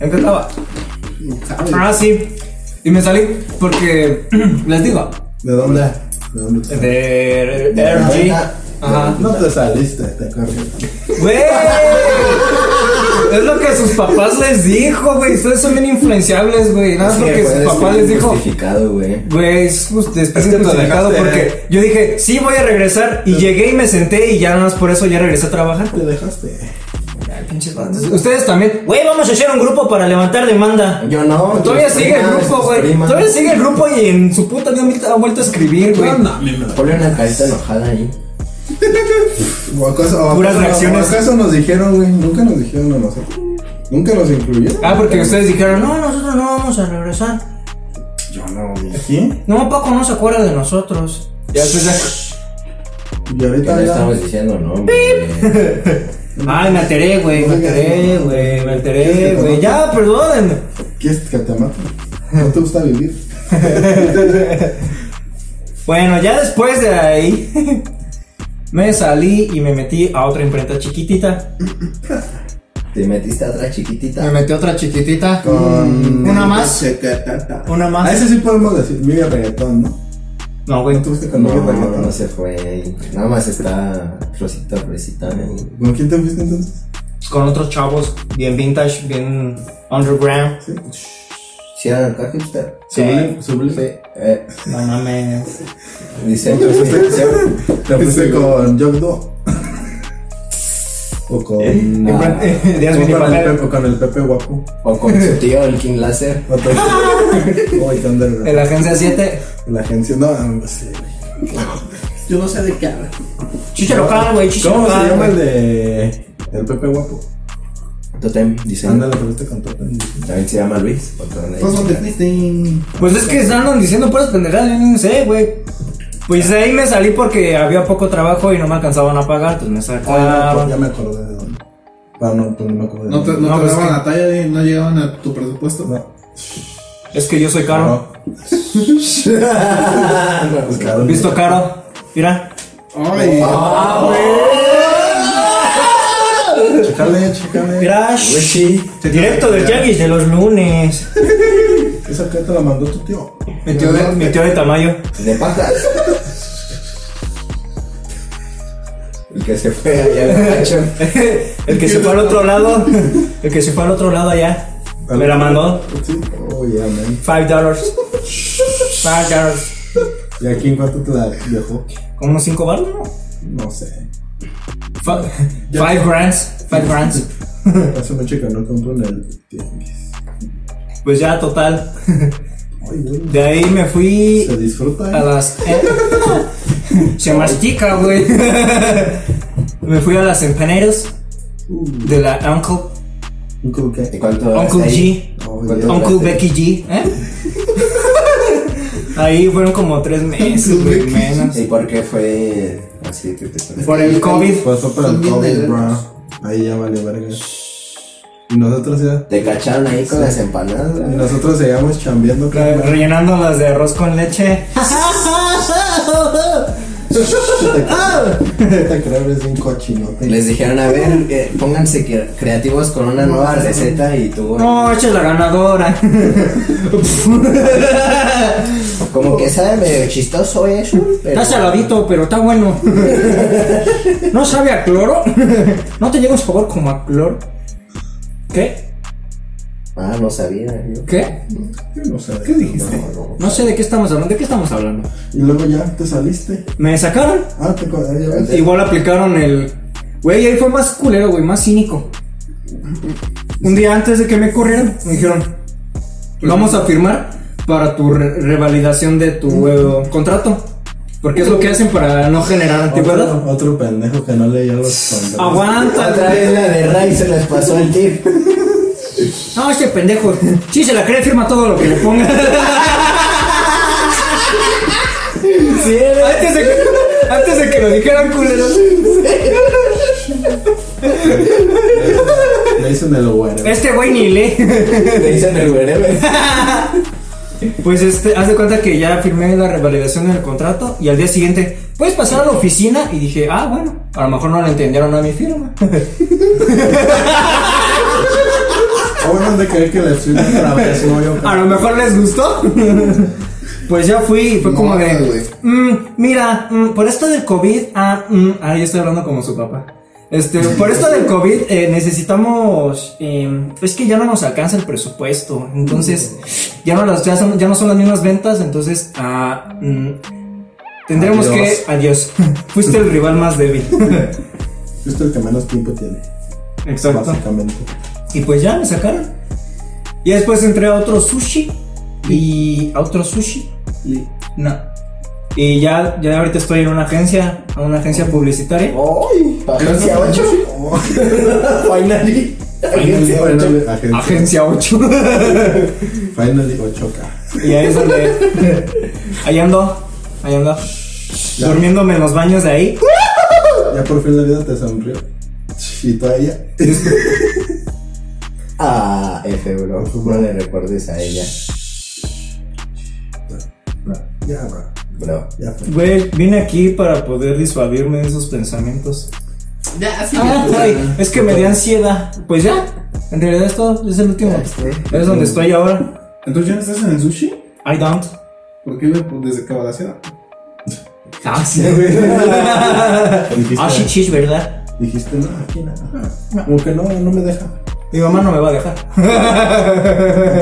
E: Empezaba. Ah, sí. Y me salí porque les digo.
C: ¿De dónde? ¿De dónde te saliste?
E: De de RG. Ajá.
C: No te saliste, te acuerdas.
E: ¡Güey! Es lo que sus papás les dijo, güey. Ustedes son bien influenciables, güey. Nada más
A: Sí,
E: porque
A: fue
E: su papá les dijo.
A: Justificado, güey.
E: Güey, es just- es
C: que lo
E: justificado
C: dejaste-
E: porque yo dije, sí voy a regresar. Y llegué y me senté y ya nada más por eso ya regresé a trabajar.
C: Te dejaste.
E: Ustedes también. Güey, vamos a hacer un grupo para levantar demanda.
A: Yo no.
E: Todavía
A: tus
E: sigue el
A: primas,
E: grupo,
A: tus
E: güey.
A: primas.
E: Todavía sigue el grupo y en su puta vida ha vuelto a escribir, güey.
A: Ponle una carita enojada ahí.
C: ¿O acaso, o
E: Puras
C: acaso-
E: reacciones.
C: o acaso nos dijeron, güey? Nunca nos dijeron a nosotros. Nunca nos incluyeron.
E: Ah, porque ustedes dijeron, no, nosotros no vamos a regresar.
C: Yo no dije.
E: No, Paco no se acuerda de nosotros. Ya, pues ya.
C: Y
A: Ya
C: ahorita
A: le
C: ya.
A: estamos diciendo, ¿no? hombre.
E: Ay, me alteré, güey, me alteré, güey, me alteré, güey. Ya, perdónenme.
C: ¿Quieres que te mate? ¿No te gusta vivir?
E: Bueno, ya después de ahí, me salí y me metí a otra imprenta chiquitita.
A: Te metiste a otra
E: Me
A: chiquitita.
E: metí a otra chiquitita.
C: Con.
E: Mm, Una más,
D: Check it out.
E: una
C: A
E: más.
C: ese sí podemos decir. Mira reggaetón, ¿no?
E: No, güey.
C: ¿No te fuiste con
A: No,
C: Miguel
A: no,
C: reggaetón?
A: no se fue. Nada más está Rosita Fresita. ahí.
C: ¿Con quién te fuiste entonces?
E: Con otros chavos, bien vintage, bien underground.
C: Sí.
A: ¿Sí era acá hipster?
E: Sí.
A: Sí. Eh,
E: No mames.
A: dice, pues, sí, sí.
C: Te fuiste con Jogdo. O con. Ah,
E: ¿Eh? En plan,
C: o
E: eh, de Asmin y
C: con el
E: papel.
C: Pepe, o con el Pepe Guapo.
A: O con su tío, el King Láser.
C: O con- Uy, qué underground.
E: En la agencia 7.
C: La agencia. No, no sé, güey.
D: Yo no sé de qué habla.
E: Chicha local, güey, chicha
C: ¿Cómo se
E: local,
C: llama
E: güey.
C: el de. El Pepe Guapo?
A: Totem, diseño.
C: Ándale, pero este con Totem.
A: También se llama Luis. otro de-
D: Pues donde fuiste.
E: Pues es que andan diciendo puras pendejadas, yo no sé, güey. Pues de ahí me salí porque había poco trabajo y no me alcanzaban a pagar, pues me
C: Ah, ya
E: sacaban.
C: me acordé de dónde. Ah, no, pues no me acuerdo. de
D: No te,
C: dónde.
D: no
E: No,
D: te
E: pues
D: daban
E: que-
D: la talla, de- no llegaban a tu presupuesto.
C: No,
E: Es que yo soy caro.
C: no. Pues claro.
E: Visto caro. Mira.
D: Ay,
C: Checale, checale.
E: Mira. Directo del Yaguis de los lunes.
C: Esa que te la mandó tu tío.
E: Mi tío de, mi tío de Tamayo.
A: ¿De patas? El que se fue allá al rancho.
E: el que se fue al otro lado. El que se fue al otro lado allá. Me la mandó.
C: Sí. Oh, ya, man.
E: Five dollars. Five dollars.
C: ¿Y aquí en cuánto te la dejó?
E: ¿Como unos cinco baros, no?
C: No sé.
E: Fi- Five brands. Five brands.
C: Hace mucho que no compro en el tianguis.
E: Pues ya, total.
C: Ay, güey.
E: De ahí me fui
C: Se disfruta.
E: a
C: ¿eh?
E: las. Se mastica, güey. Me fui a las empanadas de la Uncle,
C: Un cool
A: ¿Y
C: cake.
A: cuánto
E: Uncle
A: está Ah, ahí?
E: G.
C: Oh,
A: ¿Cuánto
C: yeah.
E: Uncle
A: duraste?
E: Becky G. ¿eh? Ahí fueron como tres meses, güey, menos.
A: ¿Y por qué fue así que te salió?
E: Por el COVID.
D: Pues,
C: Pasó para el
D: Son bien
C: COVID,
D: negros.
C: bro. Ahí ya valió verga. Y nosotros ya.
A: Te cacharon ahí con las empanadas.
C: Y
A: güey?
C: nosotros seguíamos chambeando,
E: Re-
C: carnal.
E: Rellenándolas de arroz con leche.
C: No te creo, eres un cochinote.
A: Les dijeron, a ver, eh, pónganse cre- creativos con una nueva receta y tú, eh, güey,
E: No, echa la ganadora.
A: como que sabe medio chistoso eso, pero
E: Está saladito, pero está bueno. ¿No sabe a cloro? ¿No te llega un sabor como a cloro? ¿Qué?
A: ah, no sabía yo.
E: ¿Qué?
C: Yo no sé. ¿Qué dijiste?
E: No sé de qué estamos hablando. ¿De qué estamos hablando?
C: Y luego ya te saliste.
E: Me sacaron.
C: Ah, te co- ya ves.
E: Igual aplicaron el. Güey, ahí fue más culero, güey, más cínico. Un día antes de que me corrieran, me dijeron: Vamos a firmar para tu re- revalidación de tu eh, contrato. Porque es lo que hacen para no generar antigüedad.
C: Otro, otro pendejo que no leía los contratos.
E: Aguanta,
A: Otra
E: güey.
A: vez la de Ray se les pasó el tip.
E: No, este pendejo. Sí, se la cree, firma todo lo que le ponga. antes, de que, antes de que lo dijeran, culeros.
C: Le dicen el güero.
E: Este güey ni lee.
A: Te dicen el wherever.
E: Pues este, haz de cuenta que ya firmé la revalidación del contrato y al día siguiente, puedes pasar a la oficina y dije, ah, bueno, a lo mejor no le entendieron a mi firma.
C: Ah, bueno, han de creer que le fui otra vez, no yo.
E: A lo mejor les gustó. Pues ya fui y fue como
D: No,
E: de.
D: güey.
E: "Mm, mira, mm, por esto del COVID. Ah, mm, ah, yo estoy hablando como su papá. Este, por esto del COVID eh, necesitamos. eh, es que ya no nos alcanza el presupuesto. Entonces, ya no, las, ya, son, ya no son las mismas ventas. Entonces, ah, mm, tendremos
C: Adiós.
E: que. Adiós. Fuiste el rival más débil.
C: Justo el que menos tiempo tiene,
E: Exacto.
C: básicamente.
E: Y pues ya me sacaron. Y después entré a otro sushi. Y a otro sushi. No. Y ya, ya ahorita estoy en una agencia, a una agencia publicitaria.
A: ¡Ay! ¿Agencia 8? Finally. Agencia 8.
C: Finally, agencia.
E: Agencia 8.
C: Finally, Ochoca.
E: y ahí es donde. Ahí ando. Ahí ando.
C: Ya.
E: Durmiéndome en los baños de ahí.
C: Ya por fin la vida te sonrió. Y todavía.
A: Ah, F, bro. No le recuerdes a ella.
C: Ya, bro.
A: Bro.
C: Ya fue.
E: Güey, vine aquí para poder disuadirme de esos pensamientos.
D: Ya, sí.
E: Ah, ay, es que me dio ansiedad. Pues ya. En realidad es todo. Es el último.
A: Este,
E: Es donde estoy ahora.
D: Entonces ya no estás en el sushi.
E: I don't.
D: ¿Por qué güey? Pues desde que balacearon.
E: Ah, sí.
C: Dijiste,
E: Ah, sí, chis, ¿verdad?
C: dijiste, no, aquí nada. Como que no, no me deja.
E: Mi mamá no me va a dejar.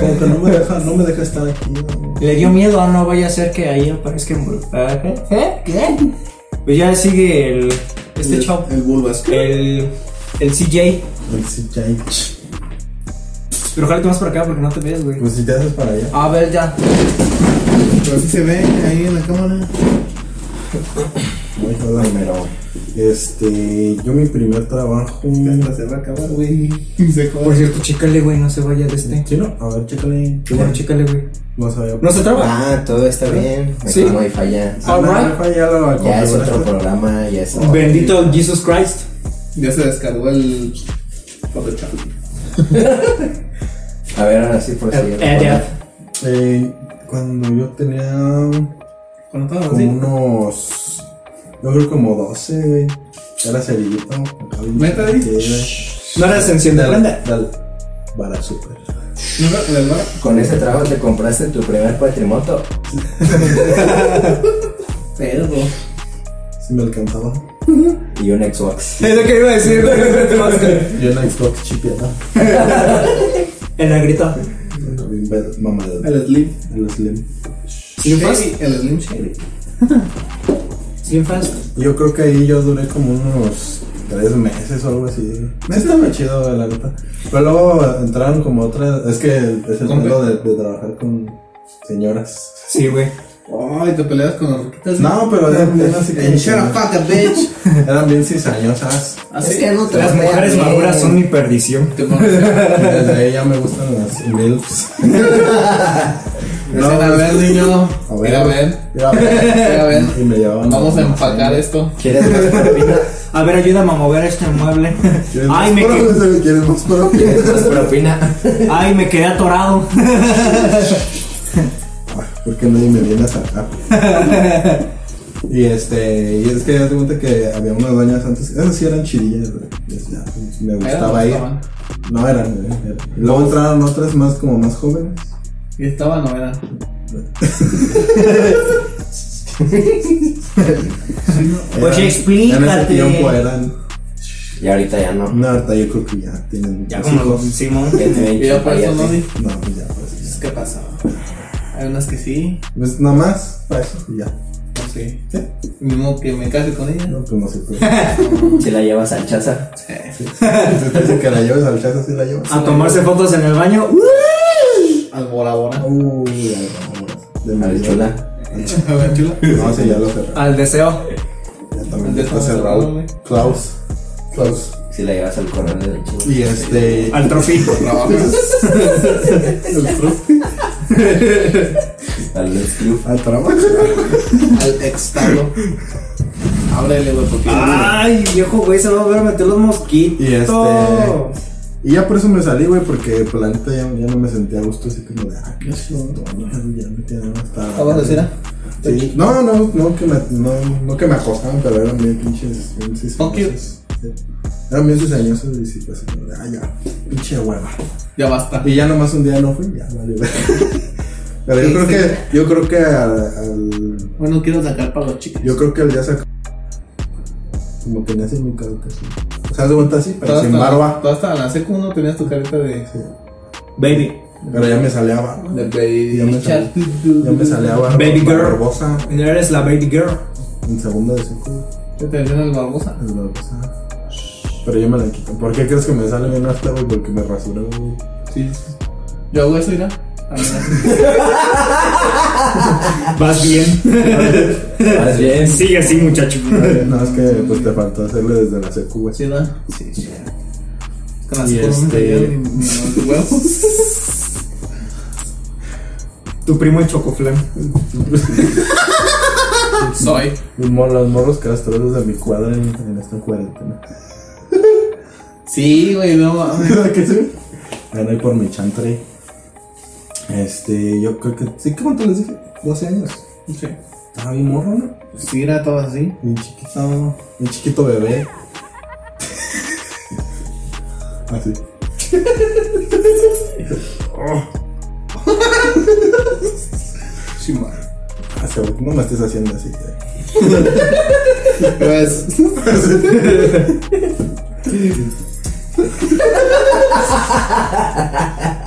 C: Como que no me deja, no me deja estar aquí. no.
E: Le dio miedo, ah, no vaya a ser que ahí aparezca embrujada. ¿Eh? ¿Eh? ¿Qué? Pues ya sigue el. Este
D: El-
E: chavo. Eh,
D: El Bulbas.
E: El. El CJ.
C: El CJ.
E: Pero jálate más para acá porque no te ves, güey.
C: Pues si te haces para allá.
E: A ver, ya.
D: Pero sí se ve ahí en la cámara.
C: Muy joda.
A: Primero.
C: Este, yo mi primer trabajo.
D: Ya hasta se va a acabar, güey. Se
E: Por
D: jode.
E: cierto, chécale, güey, no se vaya de este.
C: ¿Sí, no? A ver, chécale.
E: Qué bueno, chécale, güey.
C: No sabía.
E: No se traba.
A: Ah, todo está bien.
E: Sí.
A: Aquí no hay falla.
C: Ah, no,
E: Alright.
C: Rafa, ya lo
A: Ya es otro
C: configuraste.
A: programa, ya es otro-
E: Bendito Jesus Christ.
D: Ya se descargó el Photoshop.
A: A ver, ahora sí por
E: Eh, ya.
C: Eh, cuando yo tenía
D: Conectado,
C: como
D: sí.
C: unos. Yo creo como 12, güey. Era cerillito. acá bien
D: Meta,
C: chiquillo,
D: güey.
C: güey.
E: No eres enciende
C: Dale,
E: prenda.
C: dale. Para super.
D: ¿Nunca te desbarra?
A: Con ese trabajo te compraste tu primer patrimoto.
D: Perro.
C: Si me alcanzaba.
A: y un Xbox.
E: Es lo que iba a decir, güey.
C: Yo en la Xbox chipeada.
E: En la grita.
C: Bien pedo, Mamada.
D: El Slim.
C: El Slim.
E: Slim Fast.
D: Shady, El Slim Shady.
E: Slim Fast.
C: Yo creo que ahí yo duré como unos tres meses o algo así. Sí, estaba chido, la neta. Pero luego entraron como otras. Es que es el
D: Con-
C: mundo de, de trabajar con señoras.
E: Sí, güey.
D: Ay, te peleas con los riquitas.
C: No, pero eran bien así
D: Eh, Shut the
C: como.
D: fuck up, bitch.
C: Eran bien cizañosas.
D: Así
A: Es que no te
E: Ah, Las
A: veas
E: mujeres
A: bien.
E: maduras son mi perdición.
D: Te mordes.
C: Desde ahí ya me gustan las MILFs.
D: No, a ver, niño.
C: A ver.
D: Mira, ven.
C: Ya, ya,
D: Mira, ven.
C: Y me llevaban.
D: Vamos a
C: la-
D: empacar esto.
A: ¿Quieres más propina?
E: A ver, ayúdame a mover este mueble.
C: ¿Quieres
E: Ay,
C: más
E: me,
C: propio?
E: que-
C: ¿Quieres más propio?
A: ¿Quieres más propina?
E: Ay, me quedé atorado.
C: Ay, ¿Por qué nadie me viene a sacar? y este, y es que ya te cuenta que había unas doñas antes, esas sí eran chidillas, güey. Es- ya, me gustaba
D: Ahí
C: ir.
D: estaban.
C: No eran, güey, eran. Y Luego entraron otras más como más jóvenes.
D: ¿Y estaban o eran?
E: Pues
C: Eran- En ese
E: explícate.
C: tiempo eran.
A: Y ahorita ya no.
C: No, ahorita yo creo que ya tienen
E: Ya
C: muchos
E: como lo-
C: hijos.
E: Simón.
A: Ya te ven
D: Y ya por eso no
A: chapayate.
D: di.
C: No, pues ya, pues ya.
D: ¿Qué pasa? Hay unas que sí,
C: Pues nada más, para eso, y ya.
D: no sé. Mismo que me case con ella.
C: No, pues no se puede.
A: Si la llevas al chaza.
C: Sí. Si te dicen que la lleves al chat, así la llevas.
E: A tomarse fotos en el baño. ¡Uy!
D: Al Bora Bora.
C: Uy, ya, vamos. De
A: Al
C: mi-
A: chula.
D: A ver, chula.
C: No, sí, ya lo cerré.
E: Al deseo.
C: Ya
D: El
C: también
D: de
C: ya está
D: Juan Serrano,
C: cerrado.
D: güey.
C: Klaus. Klaus.
A: Si la llevas al coronel de chula.
C: Y este.
E: Al trofí.
D: Trabajas.
A: Al Let's Club.
C: Al trabajo.
D: Al extalo. Ábrele, güey, porque.
E: Ay, viejo, güey, se va a volver a meter los mosquitos.
C: Y este- Y ya por eso me salí, güey, porque pues, la neta ya, ya no me sentía a gusto, así como de, ah, qué chingón, ya me tienen hasta.
D: ¿Estabas así, era?
C: Sí. No, no, no que me, no, no que me acostaban, pero eran bien pinches. Bien
D: Fuck you.
C: cizañosos. Sí. Eran bien cizañosos y sí, pues, así como de, ah, ya, pinche hueva.
D: Ya basta.
C: Y ya nomás un día no fui, ya, vale, güey. Pero yo
D: Sí,
C: creo
D: sí.
C: que, yo creo que al- al
D: Bueno, quiero sacar para los chicos.
C: Yo creo que él ya sacó. Como tenía así mi cara así. O sea, de vuelta así, pero
D: Todas
C: sin
D: estaban-
C: barba.
D: Todas estaban en la secu, no tenías tu carita de.
C: Sí.
E: Baby.
C: Pero ya me salía barba.
D: De baby.
C: Ya me sal- Ya me salía barba.
E: Baby girl.
C: Barbosa.
E: Eres la baby girl.
C: En segundo de seco.
D: Ya te decían el barbosa.
C: Es barbosa. Pero yo me la quito. ¿Por qué crees que me sale bien hasta, güey? Porque me rasuró, güey.
D: Sí. Yo hago eso, mira. Ah, mira.
E: Vas bien.
A: Más bien.
E: Sigue así, muchacho.
C: No, es que pues te faltó hacerle desde la secu, güey.
D: Sí, ¿verdad? Sí, sí. Con las
C: Y
D: curvas
C: este-
D: salían ni- ni los huevos.
E: Tu primo es chocoflan.
D: Soy.
C: Los mor- los morros castrosos de mi cuadra en, en esta cuarentena.
D: Sí, güey, no mames.
C: ¿Qué sí? Gané por mi chantre. Este, yo creo que. ¿Sí? ¿Qué cuánto les dije? 12 años.
D: Sí.
C: Estaba bien morro, ¿no?
D: Pues Sí, era todo así.
C: Un chiquito. Un chiquito bebé. Así.
D: Sí, ma.
C: Así, güey, Ah, no me estés haciendo así. güey.
D: Pues.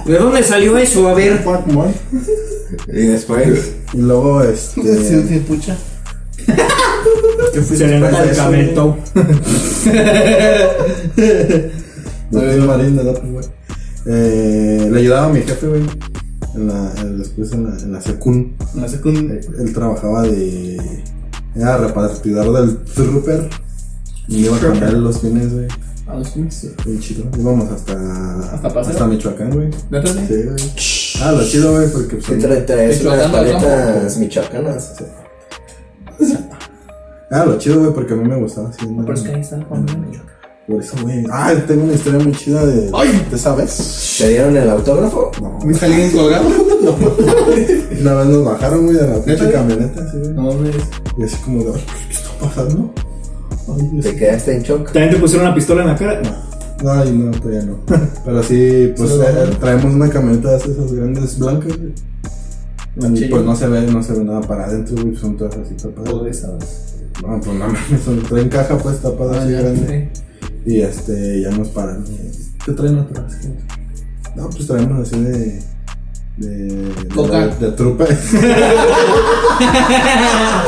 E: ¿De dónde salió eso? A ver.
C: Fuck, man.
A: Y después.
C: Y luego,
D: Sí,
C: este.
D: sí, pucha.
C: Yo fui
B: Sereno
C: después de eso,
B: medicamento.
C: güey. Yo fui marín del otro, güey. Eh, le ayudaba a mi jefe, güey. En la, en- después en la, en la secund.
D: En la secundaria.
C: Él trabajaba de. Era repartidor del trooper. Y iba a
D: Trooper.
C: cambiar los fines, güey.
D: A los 15.
C: Bien chido. Íbamos hasta.
D: ¿Hasta Paseo?
C: Michoacán, güey.
D: ¿Neta, sí?
C: Sí, güey. Ah, lo chido, güey, porque. pues,
A: ¿Qué tra- traes unas
D: Michoacán,
A: paletas michoacanas?
C: Sí. Ah, lo chido, güey, porque a mí me gustaba así. ¿no?
D: Pero es Pues que ahí está Juan Manuel.
C: Por eso, güey. Ah, tengo una historia muy chida de.
D: ¡Ay!
C: ¿Te sabes?
A: ¿Te dieron el autógrafo?
C: No.
D: ¿Viste a alguien colgado?
C: Una vez nos bajaron, güey, de la
D: ¿Neta,
C: pinche
D: güey?
C: camioneta, así, güey.
D: No mames.
C: Y así como de, "Ay, ¿qué está pasando? Ay, Dios.
A: ¿Te quedaste en shock?
B: ¿También te pusieron una pistola en la cara?
C: No, ay, no, todavía no. Pero sí, pues
D: Solo
C: eh,
D: bajaron.
C: traemos una camioneta de esas grandes blancas, güey. Y
D: Chillo.
C: pues no se ve, no se ve nada para adentro, güey, son todas así tapadas.
D: Pobre, ¿sabes?
C: No, pues no mames, son- traen caja pues tapada así grande. Y este, ya nos paran. eh, ¿Qué traen atrás? ¿Qué? No, pues traemos así de. de. de,
D: Coca.
C: de, trupe.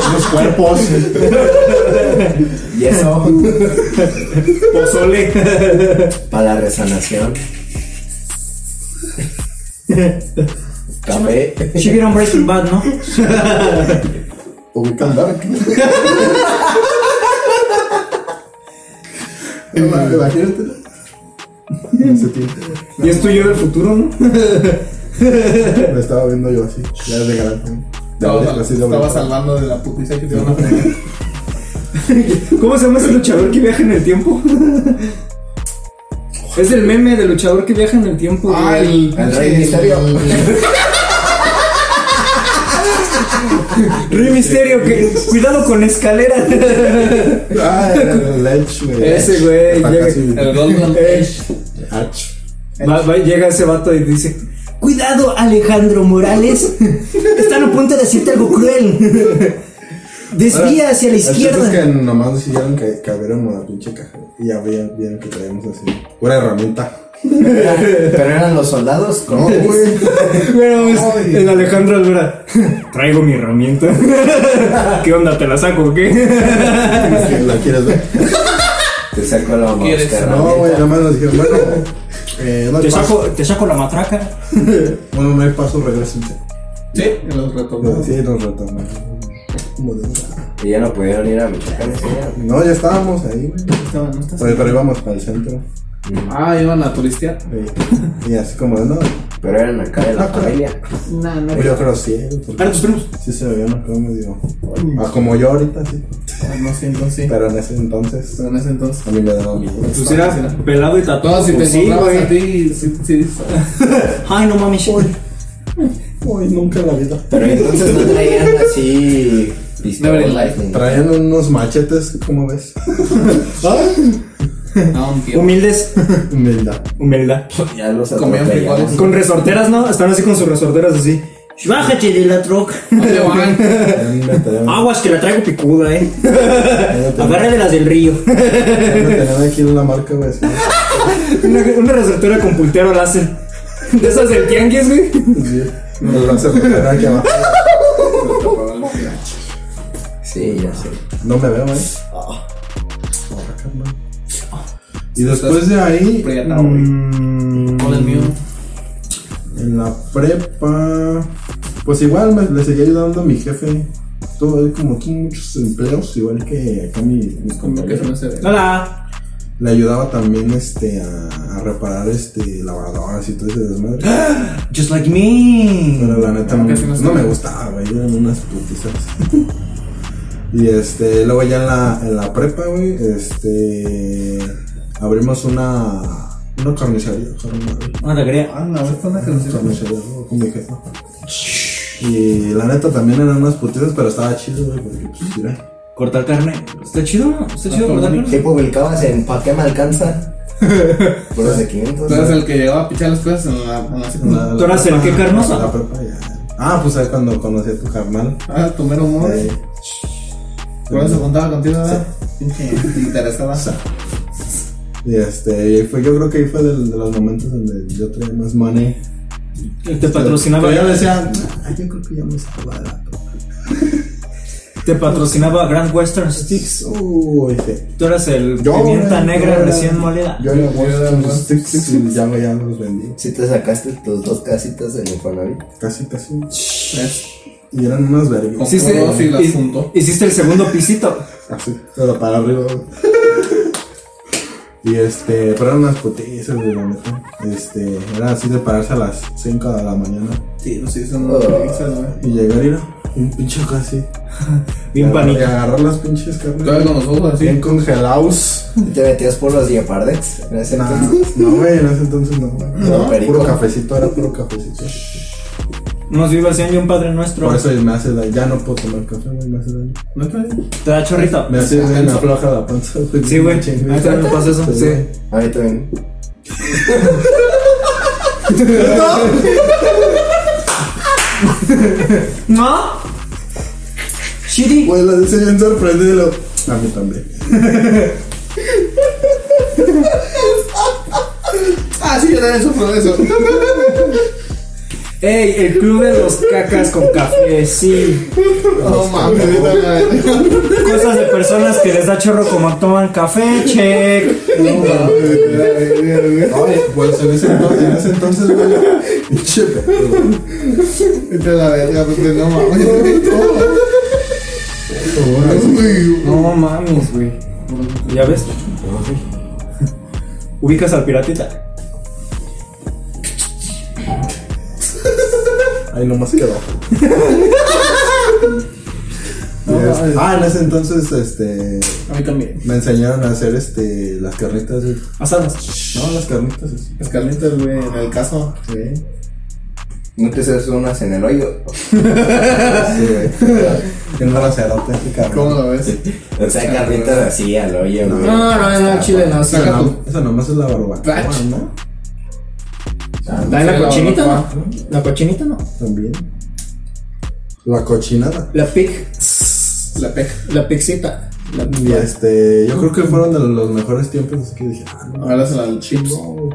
C: Unos cuerpos.
A: ¿Y eso?
B: Pozole.
A: Para la resanación. Café.
E: Si vieron Breaking Bad, ¿no?
C: Ubican Dark. Ima- Imagínate. En ese tiempo.
B: Y es tuyo del futuro, ¿no?
C: Lo estaba viendo yo así. Ya de grande. De
D: Estaba,
C: abrir, así de
D: estaba
C: abrir.
D: salvando de la putiza que te iban a fregar.
B: ¿Cómo se llama ese luchador que viaja en el tiempo? Es el meme del luchador que viaja en el tiempo.
D: Ah,
B: güey.
D: el.
A: El rey misterio.
B: Rey Misterio, que cuidado con la escalera.
C: Ah, el Ledge, güey.
B: Ese güey,
C: Está
B: llega-
C: casi-
D: El Golden Age.
C: Ach.
B: Va- va- llega ese vato y dice: Cuidado, Alejandro Morales. Están a punto de decirte algo cruel. Desvía hacia la
C: El chiste es
B: izquierda.
C: que nomás decidieron que, que abriéramos la pinche caja. Y ya veían, vieron que traíamos así. Pura herramienta.
A: Pero eran los soldados con
C: No, güey.
B: Bueno, es
C: Ay.
B: el Alejandro Alvera. Traigo mi herramienta. ¿Qué onda? ¿Te la saco o qué?
C: ¿La quieres ver?
A: Te sacó la
D: ¿Quieres?
A: mosca.
C: No, güey, nomás nos dijeron, bueno. Eh, no hay
E: Te
C: paso.
E: saco, te saco la matraca.
C: Bueno, no hay paso, regresense.
D: Sí, en los retomamos.
C: Sí, nos retomamos. Como de- "Ah,
A: Y ya no pudieron ir a Michoacán ese día.
C: No, ya estábamos ahí, güey.
D: Estaba- ¿no estás?
C: Pero, pero íbamos para el centro.
D: Ah, iban a turistear.
C: güey. Y así como de, no, pues
A: Pero eran acá de la familia.
D: Nah, no.
C: yo creo sí. porque
B: Ahora tus primos.
C: Sí se veían acá medio. Ah, como yo ahorita, sí.
D: No sé, entonces.
C: Pero en ese entonces,
D: Pero en ese entonces.
C: a mí me daba miedo.
B: Pues era pelado y tatuado.
D: No, si te
B: Pues sí,
D: encontrabas a
B: güey.
D: ti, sí, sí.
E: Ay, no mames.
C: Uy, nunca en la vida.
A: Pero entonces no traían así. pistola,
D: Never in life.
A: ni-
C: Traían unos machetes, ¿cómo ves?
D: No, un tío.
B: Humildes.
C: Humildad.
B: Humildad.
A: Ya los
D: Comían
A: atropellaban.
D: frijoles.
B: Con resorteras, ¿no? Están así con sus resorteras así.
E: Bájate de la troca.
D: ¿Dónde van?
C: Traían- me traían-
E: Aguas que la traigo picuda, eh.
C: me traían-
E: Agarra de las del río.
C: me traían aquí en la marca, güey. así.
B: Una, una resortera con pultero láser. De esas del tianguis, güey.
C: Sí. El brazo me traían aquí abajo.
A: Sí, ya sé.
C: No me veo, ¿eh? güey. Ah. Ahora, carnal. Y después de ahí,
D: Prieta, güey.
B: Mm,
D: Con el mío.
C: En la prepa. Pues igual me, le seguía ayudando a mi jefe. Todo, él como tuvo muchos empleos, igual que acá mi- mis
D: Como que
C: compañeros.
D: no se ve.
E: Hola.
C: Le ayudaba también este, a, a reparar este, lavadoras y todo ese desmadre.
E: ¡Ah! Just like me.
C: Pero la neta
D: Ah,
C: no,
D: que sí, no sé.
C: no me gustaba, güey. Eran unas putizas. y este, luego ya en la, en la prepa, güey, este. Abrimos una. Una carnicería. o sea, una-
E: Una alegría.
D: Ah, la verdad está una
C: Con
D: canción.
C: mi cerebro, con mi jefe. Y la neta también eran unas putidas, pero estaba chido, güey, porque pues mira.
E: Cortar carne. Está chido, ¿no? Está chido cortar
D: Ah, como
E: carne.
A: ¿Qué publicabas en Pa' qué me alcanza? Por los de 500.
D: Tú eras el que llegaba a pichar las cosas en la, en la secundaria.
C: la-
E: ¿Tú eras el
C: la-
E: qué, carnoso?
C: La prepa ya. Ah, pues ahí cuando conocí a tu carnal.
D: Ah, tu mero humor.
C: eh,
D: Por eso se juntaba contigo, ¿verdad? Pinche interesada.
C: y este, y ahí fue, yo creo que ahí fue del- de los momentos donde yo traía más money. Este,
E: Te patrocinaba.
C: Pero yo decía, "Ah, yo creo que ya me salgo de la prepa".
E: Te patrocinaba Grand Western Sticks.
C: Uy, sí.
E: Tú eras el
C: Yo,
E: pimienta
C: güey,
E: negra
C: yo era-
E: recién molida.
C: Yo era Western
D: Western
C: Sticks y ya, ya los vendí.
A: Si te sacaste tus dos casitas en Infonavit.
C: Casi, casi.
D: Tres.
C: Y eran unas vergas.
D: Sí,
E: Hiciste,
D: Dos y las
E: hi-
D: juntó.
E: hiciste el segundo pisito.
C: Así, pero para arriba. güey. Y este, pero eran unas putizas de la neta. Este, era así de pararse a las 5 de la mañana
D: Sí, no sé, son unas pizzas, güey.
C: y llegar a ir a un pinche casi.
E: Bien
C: Y
E: panita.
C: agarrar las pinches
D: Todavía
C: carnes.
D: con los ojos así.
C: Bien congelados.
A: ¿Te metías por los Diepardex en ese
C: Nah,
A: entonces?
C: no, güey, en ese entonces no. güey.
A: No,
C: Era
A: perico.
C: puro cafecito, era puro cafecito.
E: Nos viva el Señor y un padre nuestro.
C: Por eso me hace daño. Ya no puedo tomar café, güey, me hace daño.
D: ¿No te
E: Te da chorrito.
C: Me hace daño, me afloja la panza.
E: Sí, güey.
C: Chingue.
E: A mí también me pasa eso.
C: Sí.
E: Sí.
A: A mí también.
E: ¿No? Shitty.
C: Güey, la dice bien sorprendido. A mí también.
D: Ah, sí, yo también sufro de eso.
E: Ey, el club de los cacas con café. Sí.
D: No mames, ahorita
E: Cosas de personas que les da chorro como toman café. Check.
D: me-
C: Ay, pues en ese entonces, en ese entonces, güey. Pinche pedo, güey.
D: Vete a la verga, porque no mames.
E: No mames, güey. ¿Ya ves? Ubicas al piratita.
C: Ahí nomás quedó. Y este- ah, en ese entonces, este.
D: A mí también.
C: Me enseñaron a hacer este. Las carnitas, güey.
E: Asadas.
C: No, las carnitas, así.
D: Las calientas, güey, en el caso.
A: No te haces unas en el hoyo.
C: Sí, güey. En un racerote, así,
D: ¿Cómo
C: cabrón.
D: lo ves?
A: O sea, carnitas así al hoyo, güey.
D: No, no, no, chile, no.
C: Eso,
D: Saca
C: no-
D: tu.
C: eso nomás es la barbacoa,
D: Ach.
C: ¿no?
E: ¿También la cochinita no? La cochinita no.
C: También. La cochinada.
E: La pig.
D: La peja.
E: La pixita. La
C: Y este, yo creo que fueron de los mejores tiempos, así que dije, ah, no,
D: Ahora son las chips.
C: no.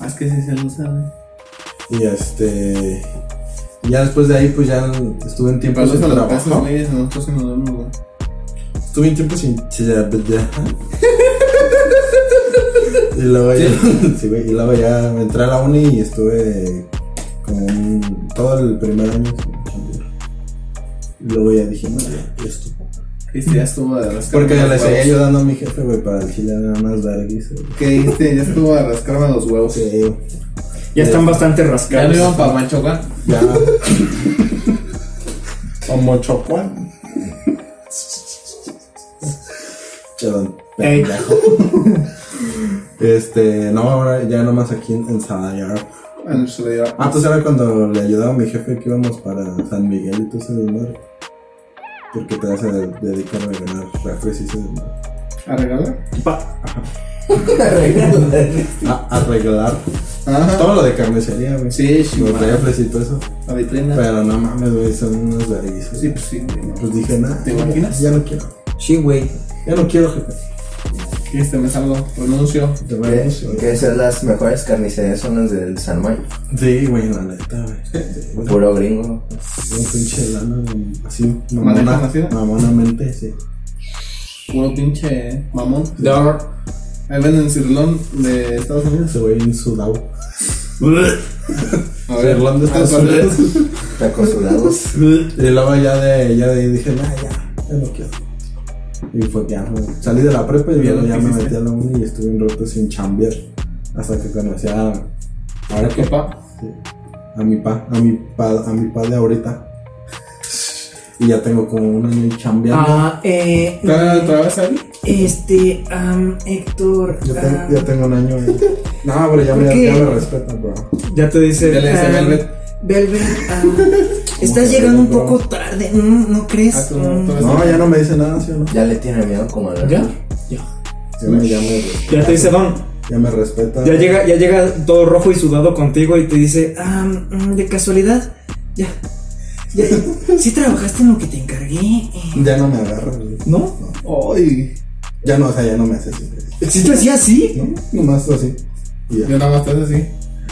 D: Ah, es que sí se lo sabe.
C: Y este, ya después de ahí, pues ya estuve en tiempo
D: Pero
C: sin
D: son las casas,
C: trabajo.
D: güey, nosotros sí nos vemos, güey.
C: Estuve en tiempo sin. sin- ya- y luego ya, sí, güey, y luego ya me entré a la uni y estuve como un- todo el primer año. sin chambear. Y luego ya dije, no, ya, ya estuvo.
D: Este ya estuvo de rascarme
C: Porque
D: los
C: le seguía
D: huevos.
C: ayudando a mi jefe, güey, para el chile nada más verguis. güey.
D: ¿Qué dijiste? Ya estuvo de rascarme los huevos.
C: Sí, güey.
E: Ya están bastante
D: Ya no iban
E: rascados.
D: para Machoca.
C: Ya. Como chocuán. Perdón.
E: Ey.
C: pendejo. Este, no, ahora ya nomás aquí en, en Salayar.
D: Ah, no, se lo lleva.
C: Antes era cuando le ayudaba a mi jefe que íbamos para San Miguel y todo ese desmadre. Porque te vas a de- dedicar a ganar refres y ese desmadre.
D: ¿A regalar?
E: Pa-
C: A arreglar.
D: Ajá.
C: Todo lo de carnicería, güey.
D: Sí,
C: Los
D: chingada.
C: refres y todo eso.
D: La vitrina.
C: Pero no mames, güey, son unos verguizos.
D: Sí, pues sí. güey, no.
C: Pues dije, nada.
D: ¿Te imaginas?
C: Ya no quiero.
E: Sí, güey.
C: Ya no quiero, jefe.
D: Este me salgo, renuncio.
C: Te voy a
A: Que
C: decir.
A: que esas las mejores carnicerías son las del San Mayo.
C: Sí, güey, la neta, güey. Sí, güey.
A: Puro gringo.
C: Un pinche lana, güey, así,
D: ¿Maneja
C: mamona,
D: nacida?
C: mamonamente, sí.
D: Puro pinche mamón.
E: De ahora.
D: Ahí venden cirlón de Estados Unidos.
C: Ese güey en sudado.
D: A
C: Cirlón de Estados Unidos.
A: Tacos sudados.
C: Ah, Y luego ya de, ya de ahí dije, nah, ya, ya no quiero. Y fue ya, güey. salí de la prepa y
D: ¿Y ya
C: luego
D: lo
C: ya
D: que
C: me
D: hiciste?
C: metí a la uni y estuve un rato sin chambear. Hasta que conocí a,
D: Ahora que pa.
C: a mi pa, a mi pa, a mi pa de ahorita. Y ya tengo como un año chambeando.
B: Ah, eh.
D: ¿Tra- ¿Trabas ahí?
B: Este, am, Héctor.
C: Yo,
B: ah,
C: tengo- yo tengo un año. güey. No, pero ya
B: ¿Por
C: me,
B: qué?
C: ya me respetan, bro.
E: Ya te dice.
D: Ya le dice
B: ah,
D: Velvet.
B: Velvet, ah, estás
C: que
B: llegando un
C: Velvet,
B: poco tarde, mm, ¿no
D: Ah,
B: crees?
D: tú no,
B: Mm.
D: tú
C: No, ya no me dice nada, ¿sí o no?
A: Ya le tiene miedo como a la.
E: ¿Ya?
C: Ya me, ya me,
E: Mm. Ya te dice Don.
C: ya me respeta.
E: Ya llega, ya llega todo rojo y sudado contigo y te dice.
B: Ah, mm, de casualidad, ya. ya. Sí trabajaste en lo que te encargué. eh.
C: Ya no me agarra, güey.
E: ¿No?
D: Ay.
C: Ya no, o sea, ya no me hace así. güey.
E: ¿Existe así así?
C: No, nomás así. Y ya.
D: Yo nada más estás así.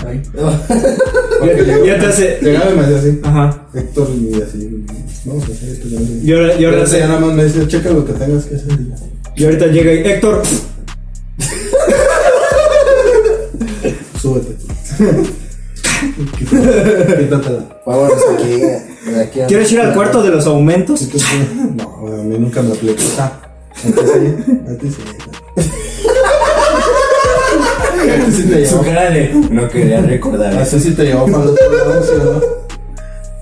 E: Ahí.
C: Porque llegaba-
E: ya te hace-
C: Llegaba y me hacía así.
E: Ajá.
C: Héctor y así. Vamos a hacer esto. ¿no? pues
E: Y ahora, y ahora
C: Pero
E: se-
C: ya nada más me dice, checa lo que tengas que hacer. y ya.
E: y ahorita llega y Héctor.
C: Súbete. Quítatela.
A: Vámonos aquí. de aquí a-
E: ¿Quieres ir al cuarto de los aumentos?
C: No, a mí nunca me aplicó. A ti sí, a ti sí. A ti sí te
A: Su
C: llevó.
A: cara de. No quería recordar
C: A
A: eso.
C: ti sí te llevó para el otro lado, ¿sí o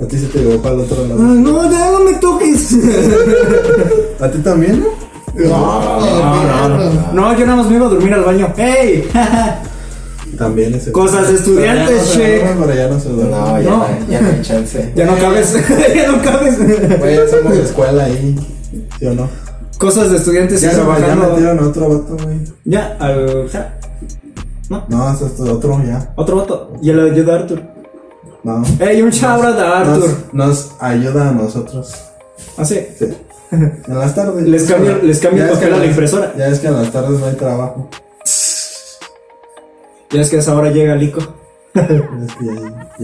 C: no? A ti sí te llevó para el otro
E: "Ah,
C: lado.
B: No, ya no me toques.
C: ¿A ti también? no?
D: No, no, no.
E: No, yo nada más me iba a dormir al baño. ¡Ey!
C: También ese.
E: Cosas de estudiantes, che.
C: Para ya no se duerme.
A: No, ya
E: No.
A: no, ya no hay chance.
E: Ya no cabes, ya no cabes.
C: Güey, ya somos de escuela ahí. ¿Sí o no?
E: Cosas de estudiantes y
C: Ya, no, ya
E: trabajando.
C: metieron a otro vato, güey.
E: Ya, al. ya.
C: No, hasta hasta otro ya.
E: Otro voto. Y el ayuda a Arthur.
C: No.
E: ¡Ey, un chabra de Arthur! Ah,
C: Nos, nos ayuda a nosotros.
E: Así.
C: Sí. En las tardes.
E: Les cambio- les cambio
C: Ya
E: el
C: es
E: papel
C: que
E: a
C: en
E: la
C: las-
E: impresora.
C: Ya es que en las tardes no hay trabajo.
E: Ya es que a esa hora llega Lico.
C: Ya Es que ya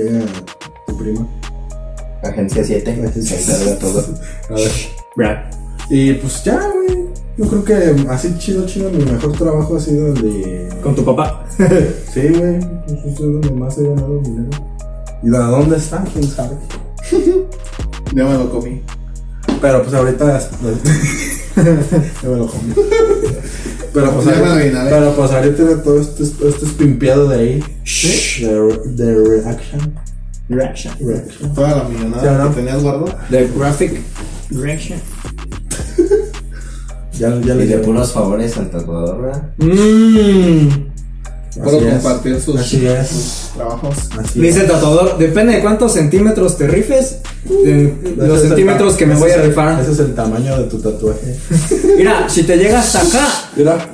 C: llega tu prima.
A: Agencia 7. Se encarga todo.
C: A ver.
E: Brad.
C: Y pues ya, güey. Yo creo que así chido, chido, mi mejor trabajo ha sido el de.
E: Con tu papá.
C: Sí, güey. Pues es donde más he ganado dinero. ¿Y de dónde está? ¿Quién sabe?
D: Ya me lo comí.
C: Pero pues ahorita. es- ya me lo comí. Pero pues,
D: Ya me lo
C: ahorita,
D: adivinaré.
C: pero pues ahorita todo esto, es- esto es pimpeado de ahí.
E: Shh.
C: De, re- de reaction.
E: Reaction.
C: Reaction.
D: Toda la
C: Ya,
D: millonada
C: ¿no?
D: que tenías guardada.
E: The graphic. Reaction.
C: Ya, ya
A: Y
C: le
A: de
C: llevo.
A: puros favores al tatuador, ¿verdad?
E: Mmm.
D: Puedo
C: Así es.
D: compartir sus,
C: Así es.
D: sus trabajos.
C: Así
E: Le dice el tatuador, depende de cuántos centímetros te rifes, de
C: Ese
E: los
C: es el
E: centímetros
C: ta-
E: que me
C: ese
E: voy a
C: es el-
E: rifar.
C: Ese es el tamaño de tu tatuaje.
E: Mira, si te llega hasta acá,
C: Mira.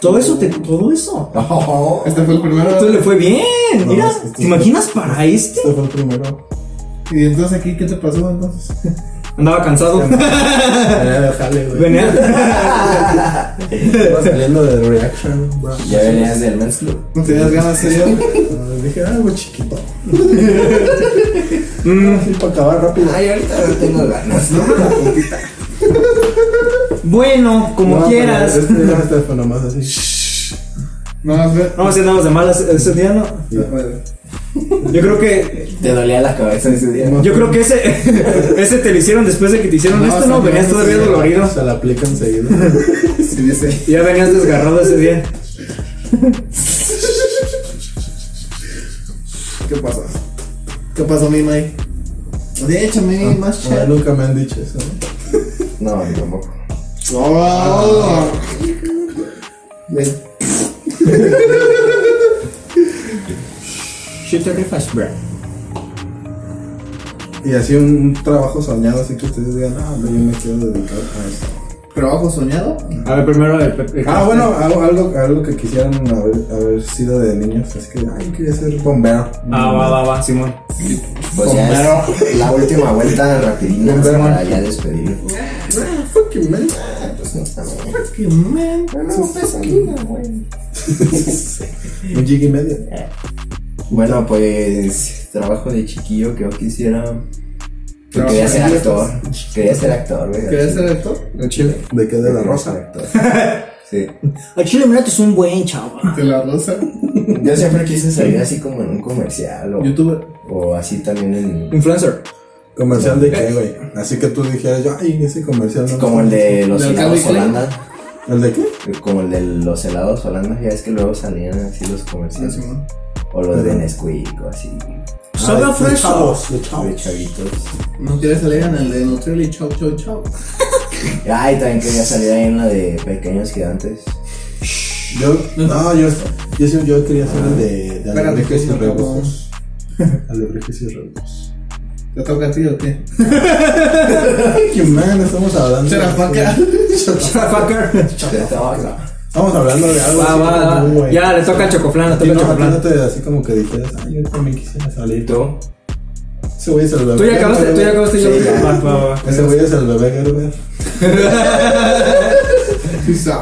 E: todo eso, te, todo eso.
D: Este fue el
E: Esto
D: primero.
E: le fue bien,
C: No,
E: mira.
C: es que esto-
E: ¿Te imaginas para este?
C: Este fue el primero.
D: Y entonces aquí, ¿qué te pasó entonces?
E: Andaba cansado.
C: Venía de Eh, jale, güey.
E: Venía.
C: Estaba saliendo de reaction, bro.
A: Ya venías del Men's Club.
D: ¿No tenías ganas de ir?
C: Ah, Dije, ah, güey, chiquito. Mm. Así para acabar rápido.
A: Ay, ahorita no tengo ganas.
E: Bueno, como
C: No,
E: quieras.
C: pero Este ya este fue nomás así.
D: No, más ver.
E: No, si andamos de malas ese día, no. Yo creo que.
A: Te dolía la cabeza ese día.
E: Yo creo que ese. ese te lo hicieron después de que te hicieron
D: No,
E: esto, ¿no?
D: señor,
E: Venías todavía
D: señor.
E: dolorido.
C: Se la aplican seguido.
D: Si hubiese.
E: Ya venías desgarrado ese día.
D: ¿Qué pasó? ¿Qué pasó, mi May? De hecho, mi más
C: A ver,
D: chat.
C: nunca me han dicho eso. ¿no?
A: No, yo tampoco.
D: Oh. Ven.
E: Sí te rifas, bro.
C: Y así un, un trabajo soñado, así que ustedes digan, ah, pero yo me quiero dedicar a esto.
D: ¿Trabajo soñado?
E: A ver, primero el Pepe.
C: Ah, bueno, algo, algo, algo que quisieran haber, haber sido de niños. Es que, ay, quería ser bombero.
E: Ah, va, va, va, Simón.
A: Pues ya es la última vuelta rapidina para ya despedir.
C: Fucking man.
A: Pues no está mal.
D: ¡Qué men!
C: Un gig y medio.
A: Bueno, pues trabajo de chiquillo que yo quisiera. Yo
D: Trabajo
A: quería ser
D: de
A: actor. Quería ser actor, güey.
D: ¿Querías ser actor?
E: El chile.
C: ¿De qué? De la
A: Quería ser
C: rosa.
A: actor. Sí.
E: El chile, mira, tú es un buen chavo.
D: ¿De la rosa?
A: Yo siempre quise salir así como en un comercial o,
D: ¿Youtuber?
A: o así también en.
E: Influencer.
C: ¿Comercial de qué, güey? Así que tú dijeras, yo, ay, ese comercial no.
A: Como el de los
D: ¿Del
A: helados
D: Calvin Klein?
A: Holanda.
C: ¿El de qué?
A: Como el de los helados Holanda. Ya es que luego salían así los
D: Ah, Sí,
A: comerciales.
D: Simón.
A: O los de Nesquik o así.
E: Sabe
C: Ah,
E: a
C: de-
E: fresa.
C: De chavos, de
D: Ah,
A: De
C: chavos.
A: chavitos.
D: ¿No quieres salir en el de Nutrilli? Chau, chau, chau.
A: Ay, también quería salir ahí en la de Pequeños Gigantes.
C: Yo, no, yo, yo, sí- yo quería ser el de, de
D: Espérate,
C: Alebrijes y
D: que no
C: Rebujos. Alebrijes y Rebujos.
D: ¿Te toca a ti o qué?
C: Fucking man, estamos hablando. de-
D: Charapaca.
E: Fucker.
C: Estamos hablando de algo.
E: Va,
C: así
E: va,
C: como tú,
E: va.
C: güey.
E: Ya, le toca a Chocoflan, le
C: A ti
E: toca a
C: no, a ti no
E: Chocoflan.
C: te así como que dijeras, ay, yo también quisiera salir.
A: ¿Tú?
C: Ese güey es el bebé.
E: Tú ya acabaste, tú ya acabaste. yo-
A: Sí, ya.
E: Va, va, va.
C: Ese güey es el bebé Gerber.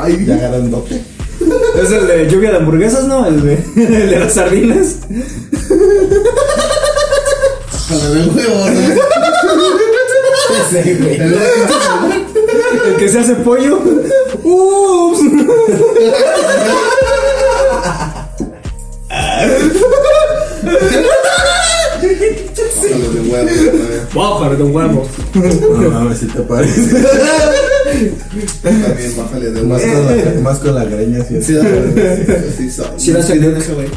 D: Ay,
C: Ya grandote.
E: Es el de lluvia de hamburguesas, ¿no? El de, el de las sardinas.
D: Jálame el huevo, ¿no?
A: Sí, güey.
E: El que se hace pollo. Ups.
D: Jálame el huevo, güey.
E: Bájale de un huevo.
C: No mames, si te parece.
D: También bájale de
C: Más
D: más.
C: con la, más con la greña, si
D: Sí,
C: es.
D: da vergüenza, sí, sí,
E: Sí, da
D: sí,
E: vergüenza.
D: ese güey.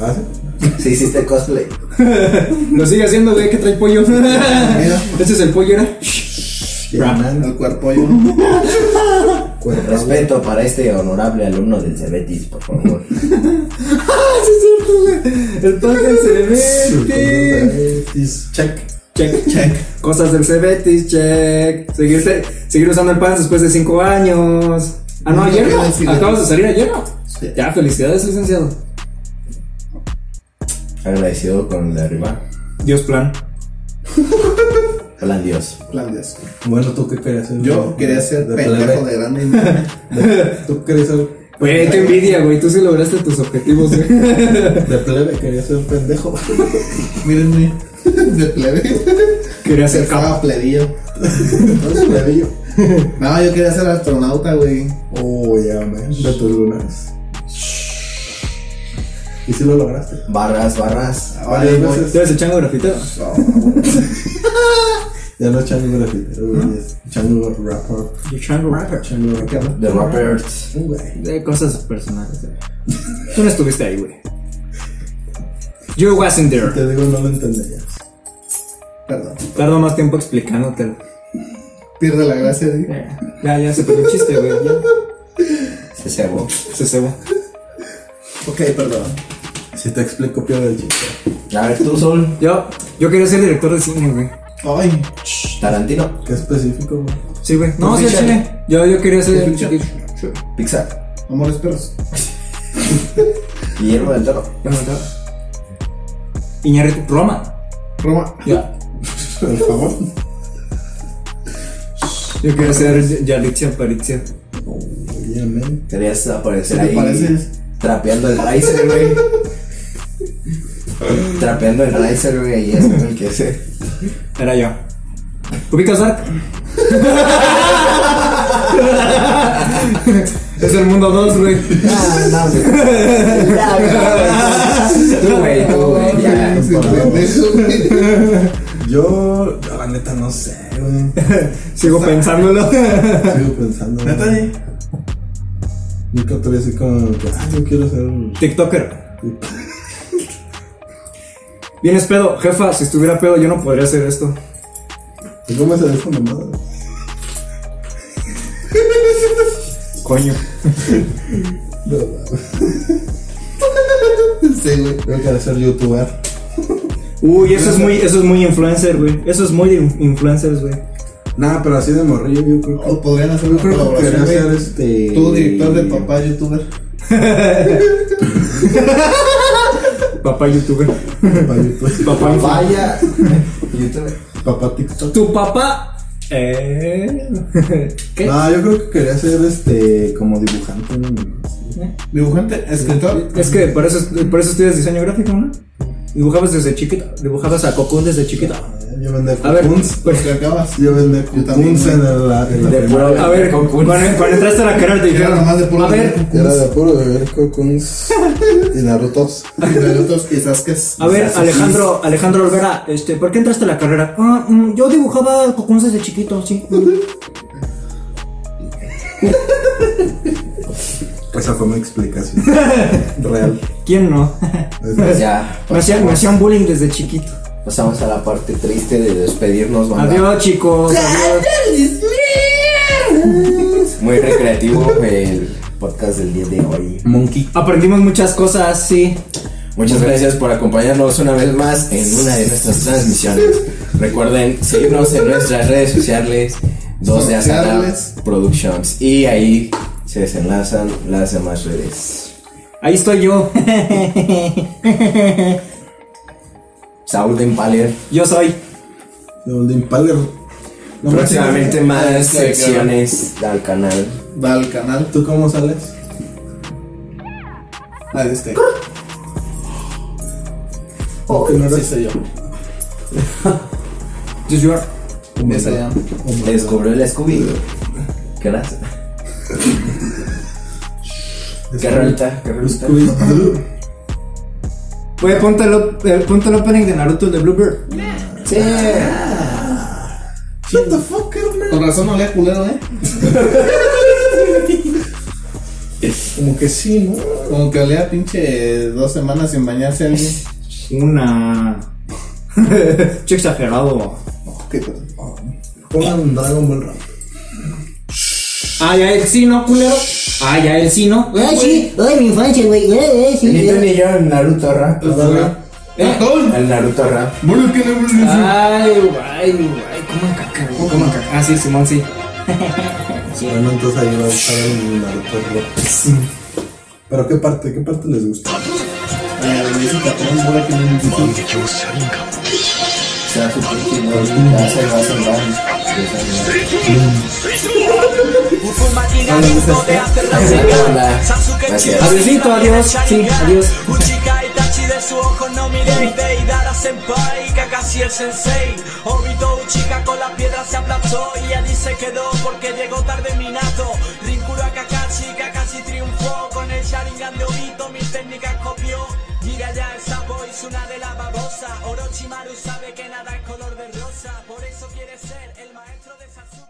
C: ¿Ah, sí?
A: Sí, hiciste cosplay.
E: Lo sigue haciendo, güey, que trae pollo. Este es el pollo, ¿era?
D: Ah,
C: Qué man,
D: El cuerpo yo.
C: cuerpo.
A: Respeto para este honorable alumno del Cebetis, por favor.
E: El pan del Cebetis.
D: Check.
E: Check.
D: Check.
E: Cosas del Cebetis, check. Seguirse, seguir usando el pan después de 5 años. Ah, no, ayer
D: Sí, sí, sí.
E: no. Acabas de salir ayer no.
D: Sí.
E: Ya, felicidades, licenciado.
A: Agradecido con el de arriba.
E: Dios plan.
A: Plan Dios.
D: Plan de eso.
C: Bueno, ¿tú qué querías ser?
D: Yo quería ser
C: De
D: pendejo
C: plebe.
D: de grande y mame.
C: ¿Tú querías ser
E: Güey, qué envidia, güey. Tú sí lograste tus objetivos, güey.
C: de plebe? ¿Querías ser pendejo?
D: Mírenme. De plebe.
E: Quería ser capo.
D: Estaba plebillo.
C: Entonces, plebillo.
D: No, yo quería ser astronauta, güey.
C: Oh, ya, man. De tus lunas. ¿Y si lo lograste?
A: Barras, barras.
D: Ahora yo voy.
E: ¿Tú eres el chango grafitero?
C: Ya no es chango grafitero, güey. Es chango rapper.
E: Yo chango
C: Chango rapper.
A: The Rappers.
C: Güey.
E: De cosas personales, güey. Tú no estuviste ahí, güey. You wasn't there.
C: Te digo, no lo entenderías.
D: Perdón.
E: Tardo más tiempo explicándote.
D: Pierde la gracia, güey.
E: Ya, ya se perdió el chiste, güey. ya.
A: Se cebó.
E: Se cebó.
D: Ok, perdón.
C: Si te explico, pierde el chiste.
A: A ver, tú, Sol.
E: Yo, yo quería ser director de cine, güey.
D: Ay,
A: Tarantino.
C: Qué específico, güey.
E: Sí, güey. No, sí, el
A: Fiction.
E: cine. Yo, yo quería ser.
D: Fiction.
E: Sí.
A: Pixar.
D: amores perros.
A: Guillermo del Toro.
E: Ya me mataba. Iñárritu, Roma.
D: Roma.
E: Ya.
C: Por favor.
E: Yo quería ser Yalitza Paritzia.
C: Yeah, man.
A: Querías aparecer
D: ¿Te
A: ahí.
D: pareces?
A: Trapeando el Riser, güey. trapeando el Riser, güey. Y es el que se.
E: Era yo. ¿Ubicas Dark? es el mundo 2, güey.
A: Ah, no, güey. Ya, güey. Tú, güey, tú, güey.
C: Ah,
A: Ya.
D: Sí, pendejo, güey.
C: Yo, la neta, no sé, güey.
E: Sigo pensándolo.
C: Sigo pensando. güey.
D: Neta, ¿eh?
C: Nunca tuve así como, ah, yo quiero ser. un-
E: TikToker. Vienes pedo, jefa, si estuviera pedo yo no podría hacer esto.
C: ¿Y cómo se ve esta mamada?
E: Coño.
C: No, mames.
D: Sí, güey.
C: Yo quiero ser youtuber.
E: Uy, eso es muy, eso es muy influencer, güey. Eso es muy de in- influencers, güey.
C: Nah, pero así de morrillo, yo creo que.
D: O podrían hacer una
C: Yo creo que quería
D: colaboración,
C: ser
D: güey.
C: este.
D: Tú, director de papá youtuber.
E: Papá youtuber.
C: Papá youtuber.
E: Papá influ-
A: Vaya. YouTube.
C: Papá TikTok.
E: Tu papá. Eh. ¿Qué?
C: No, yo creo que quería ser este. Como dibujante. ¿no?
D: Dibujante, escritor.
E: Es que por eso, por eso estudias diseño gráfico, ¿no? Dibujabas desde chiquita, dibujabas a Cocoon desde chiquita.
C: Yo vendía
E: A ver,
C: cucuns.
E: pues,
D: Porque acabas.
C: Yo vendía
D: Yo también,
C: cucuns en la. En la
A: De
C: primaria.
A: puro
E: a ver,
A: con
E: cuando, cuando entraste a la carrera te dijeron,
D: Era nomás de puro
E: a ver,
D: ver.
C: Era de puro beber cocuns y narutos.
D: Y Narutos y Sasuke's.
E: a ver, Alejandro, Alejandro Olvera, este, ¿por qué entraste a la carrera? Ah, mm, yo dibujaba Cocoon desde chiquito, sí.
C: Esa fue mi explicación. Real.
E: ¿Quién no?
A: Pues ya.
E: Me hacían, me hacían bullying desde chiquito.
A: Pasamos a la parte triste de despedirnos, banda.
E: Adiós, chicos. Adiós.
A: Muy recreativo el podcast del día de hoy.
C: Monkey.
E: Aprendimos muchas cosas, sí.
A: Muchas gracias por acompañarnos una vez más en una de nuestras transmisiones. Recuerden seguirnos en nuestras redes sociales, 2 de Asana
D: Sociales.
A: Productions. Y ahí se desenlazan las demás redes.
E: Ahí estoy yo.
A: Saúl de Impaler.
E: Yo soy.
C: Golden Impaler. No,
A: Próximamente
C: manches,
A: más
D: sí, claro.
A: secciones al canal.
D: Va al canal.
C: ¿Tú cómo sales?
D: La de este.
C: ¿O que no
D: Sí,
C: eres?
D: soy yo.
E: Just you are.
D: Esa ya.
A: Descubrió el Scooby. ¿Qué harás? ¿Qué rolita? ¿Qué rolita?
E: Güey, ponte el, op- eh, ponte el opening de Naruto el de Bluebird.
A: Sí.
C: What the fuck, hermano?
D: Con razón no le culero, eh.
C: Como que sí, ¿no?
D: Como que olía pinche dos semanas sin bañarse alguien.
E: Una. Che exagerado.
D: ¿Qué cosa?
C: Pongan Dragon Ball Rap.
E: Ah, ya el sí, ¿no, culero? Ah, ya el sí, ¿no?
B: Ay, sí, ay, mi infancia, güey. Ay, ay, sí, eh.
A: Ni tú
B: ay.
A: ni yo en Naruto Rap.
E: Eh,
A: El Naruto Rap.
D: Bueno, ¿qué le
E: Ay, guay, guay, como caca, güey. Como caca. Ah, sí, Simón, sí.
C: Bueno, entonces ahí va a estar el Naruto Rap. Pero qué parte, qué parte les gusta.
A: Se va a suprimir, no, ahorita se va a salvar. Hola. Gracias.
E: Adiósito, adiós. Sí, adiós.
F: Orochimaru sabe que nada es color de rosa, por eso quiere ser el maestro de Sasuke.